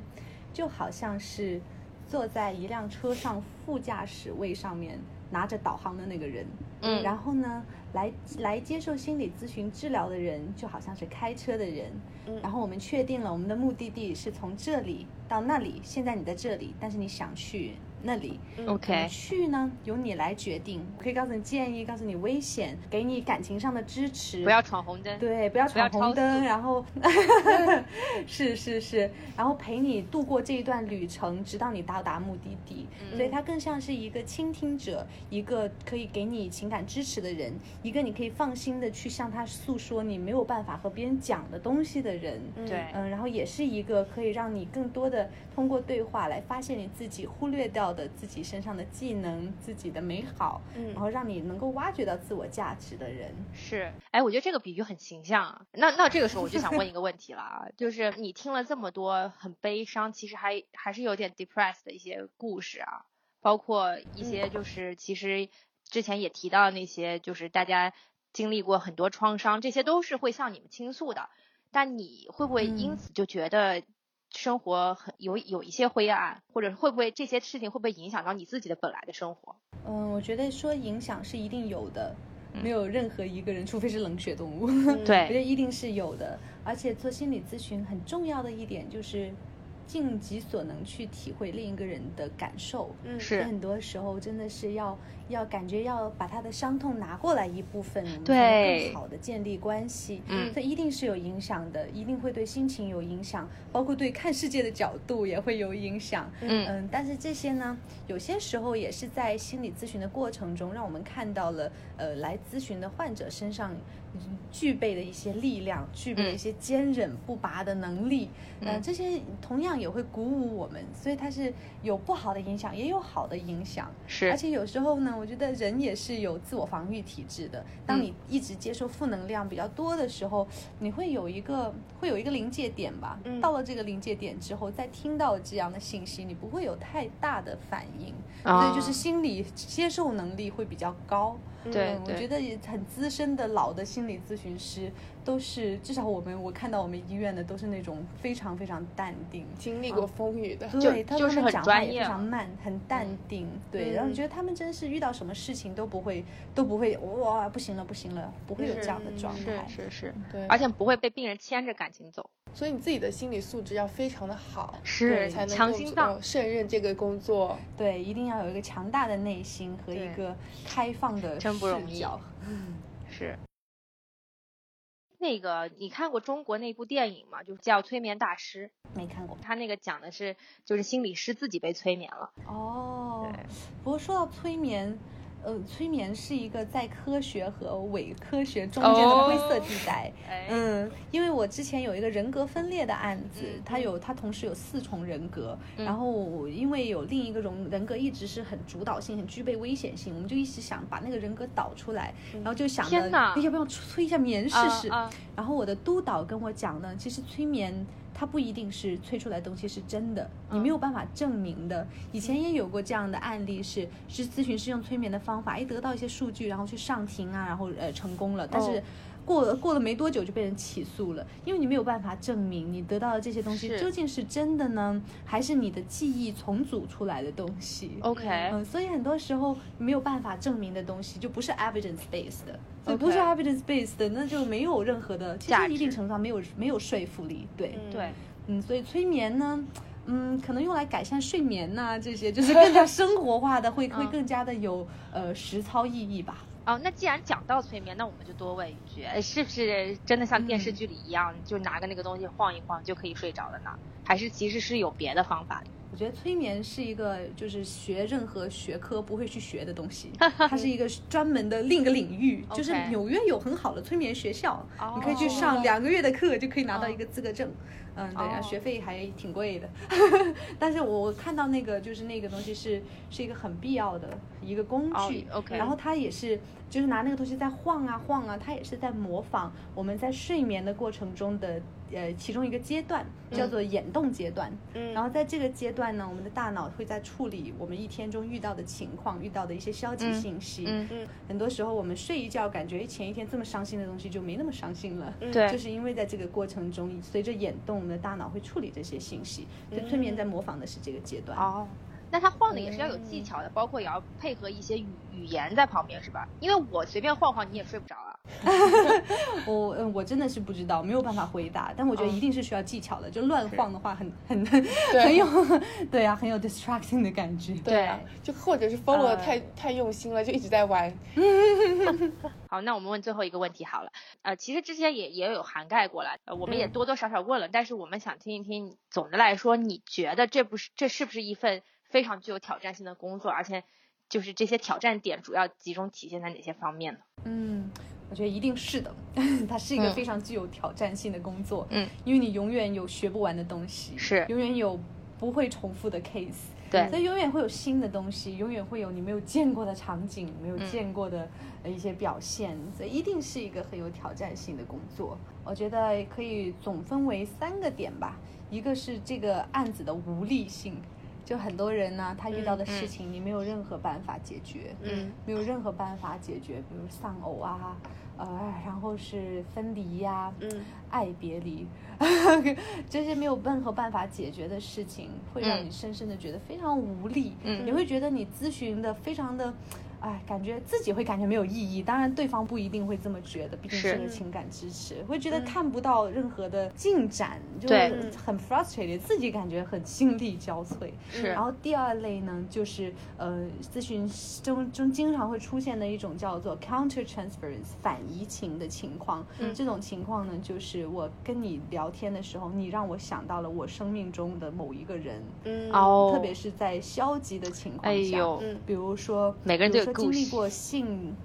就好像是坐在一辆车上副驾驶位上面拿着导航的那个人，
嗯
然后呢，来来接受心理咨询治疗的人就好像是开车的人，
嗯
然后我们确定了我们的目的地是从这里到那里，现在你在这里，但是你想去那里，怎么
OK，
去呢？由你来决定，我可以告诉你建议，告诉你危险，给你感情上的支持。
不要闯红灯。
对，不要
不要超
闯红灯，
速
然后 是是是，然后陪你度过这一段旅程，直到你到达目的地。
嗯
所以它更像是一个倾听者，一个可以给你情感支持的人，一个你可以放心的去向他诉说你没有办法和别人讲的东西的人。
对
嗯，然后也是一个可以让你更多的通过对话来发现你自己忽略掉的自己身上的技能、自己的美好，
嗯
然后让你能够挖掘到自我价值的人。
是，哎，我觉得这个比喻很形象啊。那那这个时候我就想问一个问题了啊，就是你听了这么多很悲伤，其实还还是有点 depressed 的一些故事啊，包括
嗯
一些就是其实之前也提到那些就是大家经历过很多创伤，这些都是会向你们倾诉的。但你会不会因
嗯
此就觉得生活很有有一些灰暗，或者会不会这些事情会不会影响到你自己的本来的生活？
嗯，我觉得说影响是一定有的，没有任何一个人，除非是冷血动物，
嗯
我觉
对，
得一定是有的。而且做心理咨询很重要的一点就是，尽己所能去体会另一个人的感受。
嗯，
是
很多时候真的是要要感觉要把他的伤痛拿过来一部分，我们才能
对
更好的建立关系。
嗯
这一定是有影响的，一定会对心情有影响，包括对看世界的角度也会有影响。
嗯
嗯，但是这些呢，有些时候也是在心理咨询的过程中，让我们看到了，呃，来咨询的患者身上嗯具备的一些力量，具备的一
嗯
些坚韧不拔的能力。嗯、
嗯
这些同样也会鼓舞我们，所以它是有不好的影响，也有好的影响。
是
而，且有时候呢，我觉得人也是有自我防御体质的。当
嗯
你一直接受负能量比较多的时候，你会有一个会有一个临界点吧。
嗯
到了这个临界点之后，再听到这样的信息，你不会有太大的反应，所
啊
以就是心理接受能力会比较高。
对
嗯，我觉得也很资深的老的心理咨询师都是，至少我们我看到我们医院的都是那种非常非常淡定，
经历过风雨的，
嗯对，他
就
们
是很
讲话
专
也
业
非常慢，很淡
嗯
定。对，然后
嗯
我觉得他们真是遇到什么事情都不会，都不会哇，不行了，不行了，不会有这样的
嗯
状态。
是是是，
对，
而且不会被病人牵着感情走，
所以你自己的心理素质要非常的好，
是
才能
强
够
心
呃
脏，
胜任这个工作。
对，一定要有一个强大的内心和一
对
个开放的
真不
视
容易
角
是。那个，你看过中国那部电影吗？就叫《催眠大师
没看过》，
他那个讲的是就是心理师自己被催眠了，
哦
对。
不过说到催眠。呃，催眠是一个在科学和伪科学中
哦
间的灰色地带。
哎
嗯，因为我之前有一个人格分裂的案子
嗯，
他有他同时有四重人格，
嗯
然后我因为有另一个人人格一直是很主导性、很具备危险性，我们就一直想把那个人格导出来，然后就想
嗯天哪
着哎要不要催一下眠试试。
啊啊
然后我的督导跟我讲呢，其实催眠它不一定是催出来的东西是真的，你没有办法证明的。以前也有过这样的案例是，是咨询师用催眠的方法，哎，得到一些数据，然后去上庭啊，然后呃成功了，但是。过了过了没多久就被人起诉了，因为你没有办法证明你得到的这些东西
是
究竟是真的呢，还是你的记忆重组出来的东西。
，OK，
嗯，所以很多时候没有办法证明的东西，就不是 evidence based 的，所以
OK
不是 evidence based 的，那就没有任何的，其
价
实一定
值
程度上没有没有说服力。对，
嗯
对，
嗯，所以催眠呢，嗯，可能用来改善睡眠呐、这些就是更加 生活化的，会会
嗯
更加的有呃实操意义吧。
哦，那既然讲到催眠，那我们就多问一句，哎是不是真的像电
嗯
视剧里一样，就拿个那个东西晃一晃就可以睡着了呢？还是其实是有别的方法的？
我觉得催眠是一个就是学任何学科不会去学的 东西，它是一个专门的另一个领域。就是
OK
纽约有很好的催眠学校，你可以去
哦
上两个月的课，就可以拿到
哦
一个资格证。嗯，对，然
哦
后学费还挺贵的， 但是我看到那个就是那个东西是是一个很必要的一个工
哦
具。
，OK
然后它也是就是拿那个东西在晃啊晃啊，它也是在模仿我们在睡眠的过程中的呃其中一个阶段，
嗯
叫做眼动阶段。
嗯
然后在这个阶段呢，我们的大脑会在处理我们一天中遇到的情况、遇到的一些消极
嗯
信息。
嗯
嗯
很多时候我们睡一觉，感觉前一天这么伤心的东西就没那么伤心了。
嗯
对
就是因为在这个过程中，随着眼动，我们的大脑会处理这些信息。所
嗯
以催眠在模仿的是这个阶段。
哦，那它晃的也是要有技巧的，包括也要配合一些语语言在旁边，是吧？因为我随便晃晃你也睡不着啊。
我嗯，我真的是不知道，没有办法回答。但我觉得一定是需要技巧的，就乱晃的话很， 很很
哦对
很有， 对啊，很有 distracting 的感觉。
对啊，就或者是 follow 的
呃
太太用心了，就一直在玩。
好，那我们问最后一个问题好了。呃，其实之前也也有涵盖过了，呃，我们也
嗯
多多少少问了，但是我们想听一听，总的来说，你觉得这不是这是不是一份非常具有挑战性的工作？而且，就是这些挑战点主要集中体现在哪些方面呢？
嗯，我觉得一定是的， 它是一个
嗯
非常具有挑战性的工作。
嗯，
因为你永远有学不完的东西，
是
永远有不会重复的 case。
对
所以永远会有新的东西，永远会有你没有见过的场景，没有
嗯
见过的呃一些表现，所以一定是一个很有挑战性的工作。我觉得可以总分为三个点吧，一个是这个案子的无力性，就很多人呢、他遇到
嗯
的事情你没有任何办法解决，
嗯
没有任何办法解决，比如丧偶啊，呃，然后是分离呀、
嗯，
爱别离， 这些没有任何办法解决的事情，会让
嗯
你深深的觉得非常无力，
嗯
你会觉得你咨询的非常的。哎，感觉自己会感觉没有意义，当然对方不一定会这么觉得，毕竟
是
是个情感支持，会觉得
嗯
看不到任何的进展，就
对
是很 frustrated，自己感觉很心力交瘁。
嗯
是
然后第二类呢，就是呃，咨询师中中经常会出现的一种叫做 counter transference 反移情的情况。
嗯
这种情况呢，就是我跟你聊天的时候，你让我想到了我生命中的某一个人，
嗯，
哦，
特别是在消极的情况
哎
下，
呦，
嗯
比如说
每个人
比如
都有
说
故
经历
事
过性。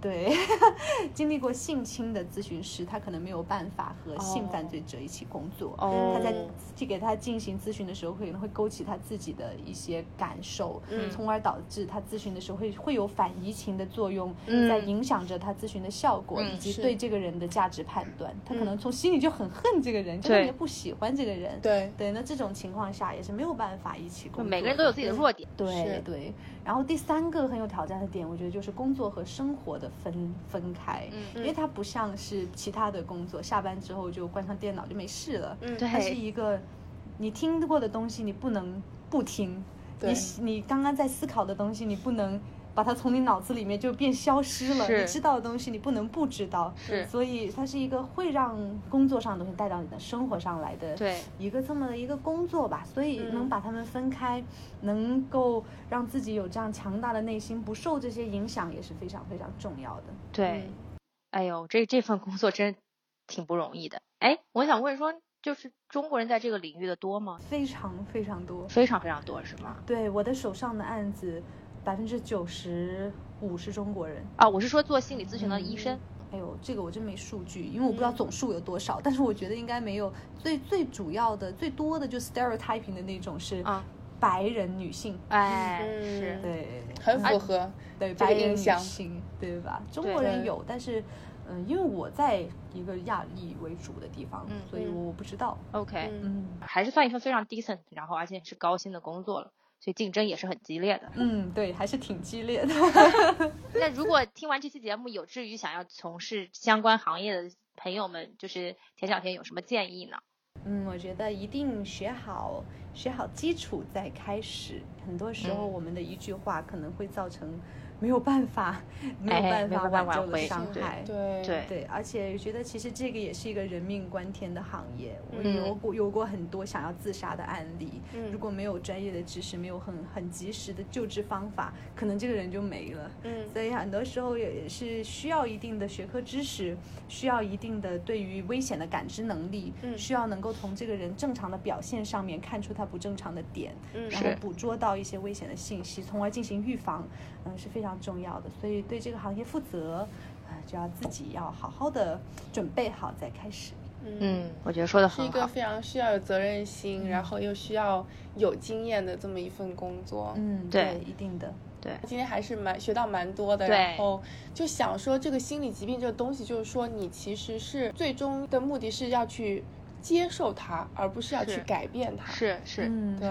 对， 经历过性侵的咨询师，他可能没有办法和性犯
哦
罪者一起工作，
哦，
他在去给他进行咨询的时候，可能会勾起他自己的一些感受，
嗯
从而导致他咨询的时候会会有反移情的作用，
嗯
在影响着他咨询的效果、
嗯
以及
是
对这个人的价值判断。他可
嗯
能从心里就很恨这个人，就
对
特别不喜欢这个人。
对，
对，那这种情况下也是没有办法一起工作的。
每个人都有自己的弱点。
对
是
对，然后第三个很有挑战的点，我觉得就是工作和生活的分分开，
嗯
因为它不像是其他的工作，下班之后就关上电脑就没事了，
嗯
对
它是一个你听过的东西，你不能不听，
对
你你刚刚在思考的东西，你不能。把它从你脑子里面就变消失了，
是
你知道的东西你不能不知道，
是
所以它是一个会让工作上的东西带到你的生活上来的，
对，
一个这么的一个工作吧，所以
嗯
能把他们分开，能够让自己有这样强大的内心，不受这些影响，也是非常非常重要的。
对，哎呦，这这份工作真挺不容易的。哎，我想问说，就是中国人在这个领域的多吗？
非常非常多。
非常非常多，是吗？
对我的手上的案子，百分之九十五是中国人。
啊，我是说做心理咨询的医生。
哎呦，这个我真没数据，因为我不知道
嗯
总数有多少，但是我觉得应该没有。最最主要的、最多的就是 stereotyping 的那种是
啊
白人女性。
哎，
嗯
是，
对，
很
嗯
符合，
对
这
白
个
人
印
女
象
性，对吧？中
对
国人
对
有，但是，嗯、因为我在一个亚裔为主的地方，
嗯
所以我不知道。
OK，、
嗯
嗯
还是算一份非常 decent，然后而且是高薪的工作了，所以竞争也是很激烈的。
嗯，对，还是挺激烈的。
那如果听完这期节目，有志于想要从事相关行业的朋友们，就是田小田有什么建议呢？
嗯，我觉得一定学好学好基础再开始。很多时候，
嗯
我们的一句话可能会造成没有办法、没有办
没有
法
办法
挽救
挽
的
回
伤
对
害。
对
嗯对
对，而且觉得其实这个也是一个人命关天的行业。我
嗯
有过有过很多想要自杀的案例，
嗯
如果没有专业的知识，没有很很及时的救治方法，可能这个人就没了。
嗯
所以很多时候也是需要一定的学科知识，需要一定的对于危险的感知能力，
嗯
需要能够从这个人正常的表现上面看出他不正常的点，
嗯
然后
是
捕捉到一些危险的信息，从而进行预防，嗯，是非常重要的。所以对这个行业负责，呃，就要自己要好好的准备好再开始。
嗯。
嗯，我觉得说的
是一
很
个
好。
非常需要有责任心，
嗯
然后又需要有经验的这么一份工作。
嗯，
对
一定的。
对，
今天还是蛮学到蛮多的，
对
然后就想说这个心理疾病这个东西，就是说你其实是最终的目的是要去接受它，而不是要去
是
改变它。
是是，
嗯，
对，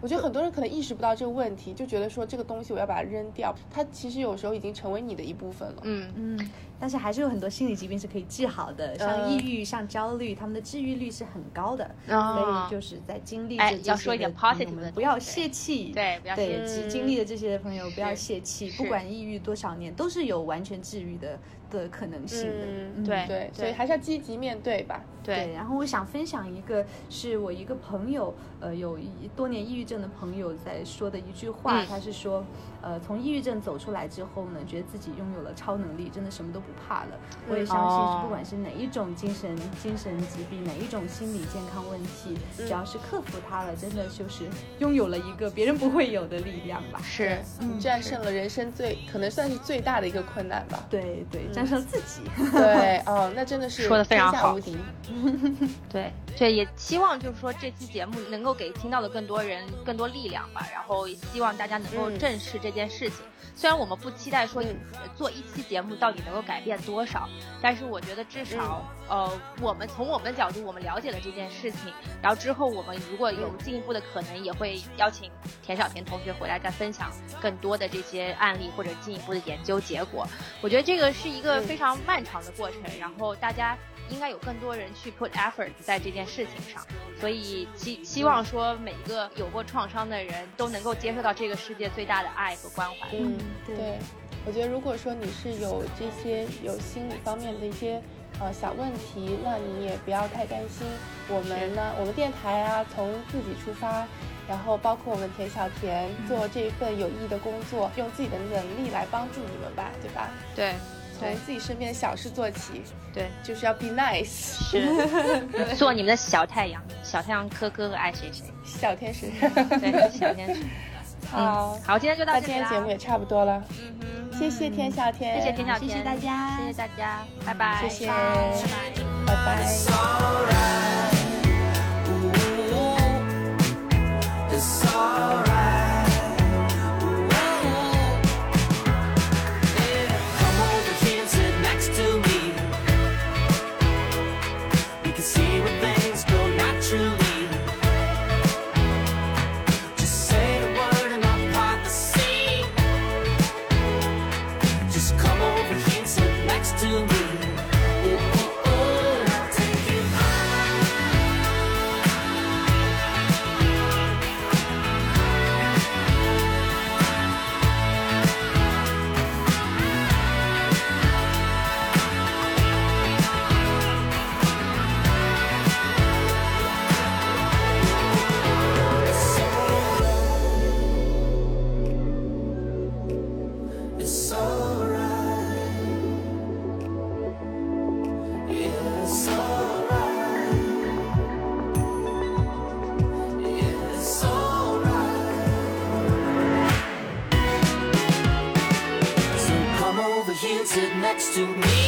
我觉得很多人可能意识不到这个问题，就觉得说这个东西我要把它扔掉，它其实有时候已经成为你的一部分了。
嗯，
嗯，但是还是有很多心理疾病是可以治好的，像
嗯
抑郁、像焦虑，他们的治愈率是很高的。所
啊
以就是在经历
哎
着这
要
些
说一
的
点 positive
朋友们
的
不
东
要
西
泄气。
对，不要
对，
写
气
经
嗯
经历了这些的朋友不要
是
泄气，
是
不管抑郁多少年，都是有完全治愈的的可能性的。
嗯
对
对，所以还是要积极面对吧。
对
对，然后我想分享一个是我一个朋友，呃，有一多年抑郁症的朋友在说的一句话，
嗯
他是说，呃，从抑郁症走出来之后呢，觉得自己拥有了超能力，真的什么都不怕了。我也
嗯
相信
哦
是不管是哪一种精神精神疾病，哪一种心理健康问题，只要是克服它了，真的就是拥有了一个别人不会有的力量吧。
嗯是
你战胜了人生最可能算是最大的一个困难吧。
对对，战胜自己。
对，哦，那真的是
说得非常
天下
好
无敌。
对，对，也希望就是说这期节目能够给听到的更多人更多力量吧，然后也希望大家能够
嗯
正视这件事情。虽然我们不期待说、
嗯
呃做一期节目到底能够改变多少，但是我觉得至少、
嗯
呃，我们从我们的角度，我们了解了这件事情，然后之后我们如果有
嗯
进一步的可能，也会邀请田小田同学回来再分享更多的这些案例或者进一步的研究结果。我觉得这个是一个
嗯
非常漫长的过程，然后大家应该有更多人去 put effort 在这件事情上，所以希希望说每一个有过创伤的人都能够接受到这个世界最大的爱和关怀。
嗯，
对
对，我觉得如果说你是有这些有心理方面的一些呃小问题，那你也不要太担心。我们呢，我们电台啊，从自己出发，然后包括我们田小田做
嗯
这份有意义的工作，用自己的能力来帮助你们吧，对吧？
对，
从自己身边的小事做起，
对，
就是要 be nice，
是做你们的小太阳，小太阳科科和爱谁谁。
小天使。
对，小天使。
好，
嗯好，今天就到
那
这
今
里
天
啦。
节目也差不多了，
嗯哼，
谢谢田小天，
谢谢田小
谢
天，
谢大，家，
谢谢大家，拜拜，
谢谢
拜拜。
拜拜。
It's alright. Come over here and sit next to me. You can see where things go naturally. Just say the word and I'll part the sea. Just come over here and sit next to me. Ooh, I'll take you high. It's alright. Yeah, it's alright. Yeah, it's alright. So come over here and sit next to me. Mm,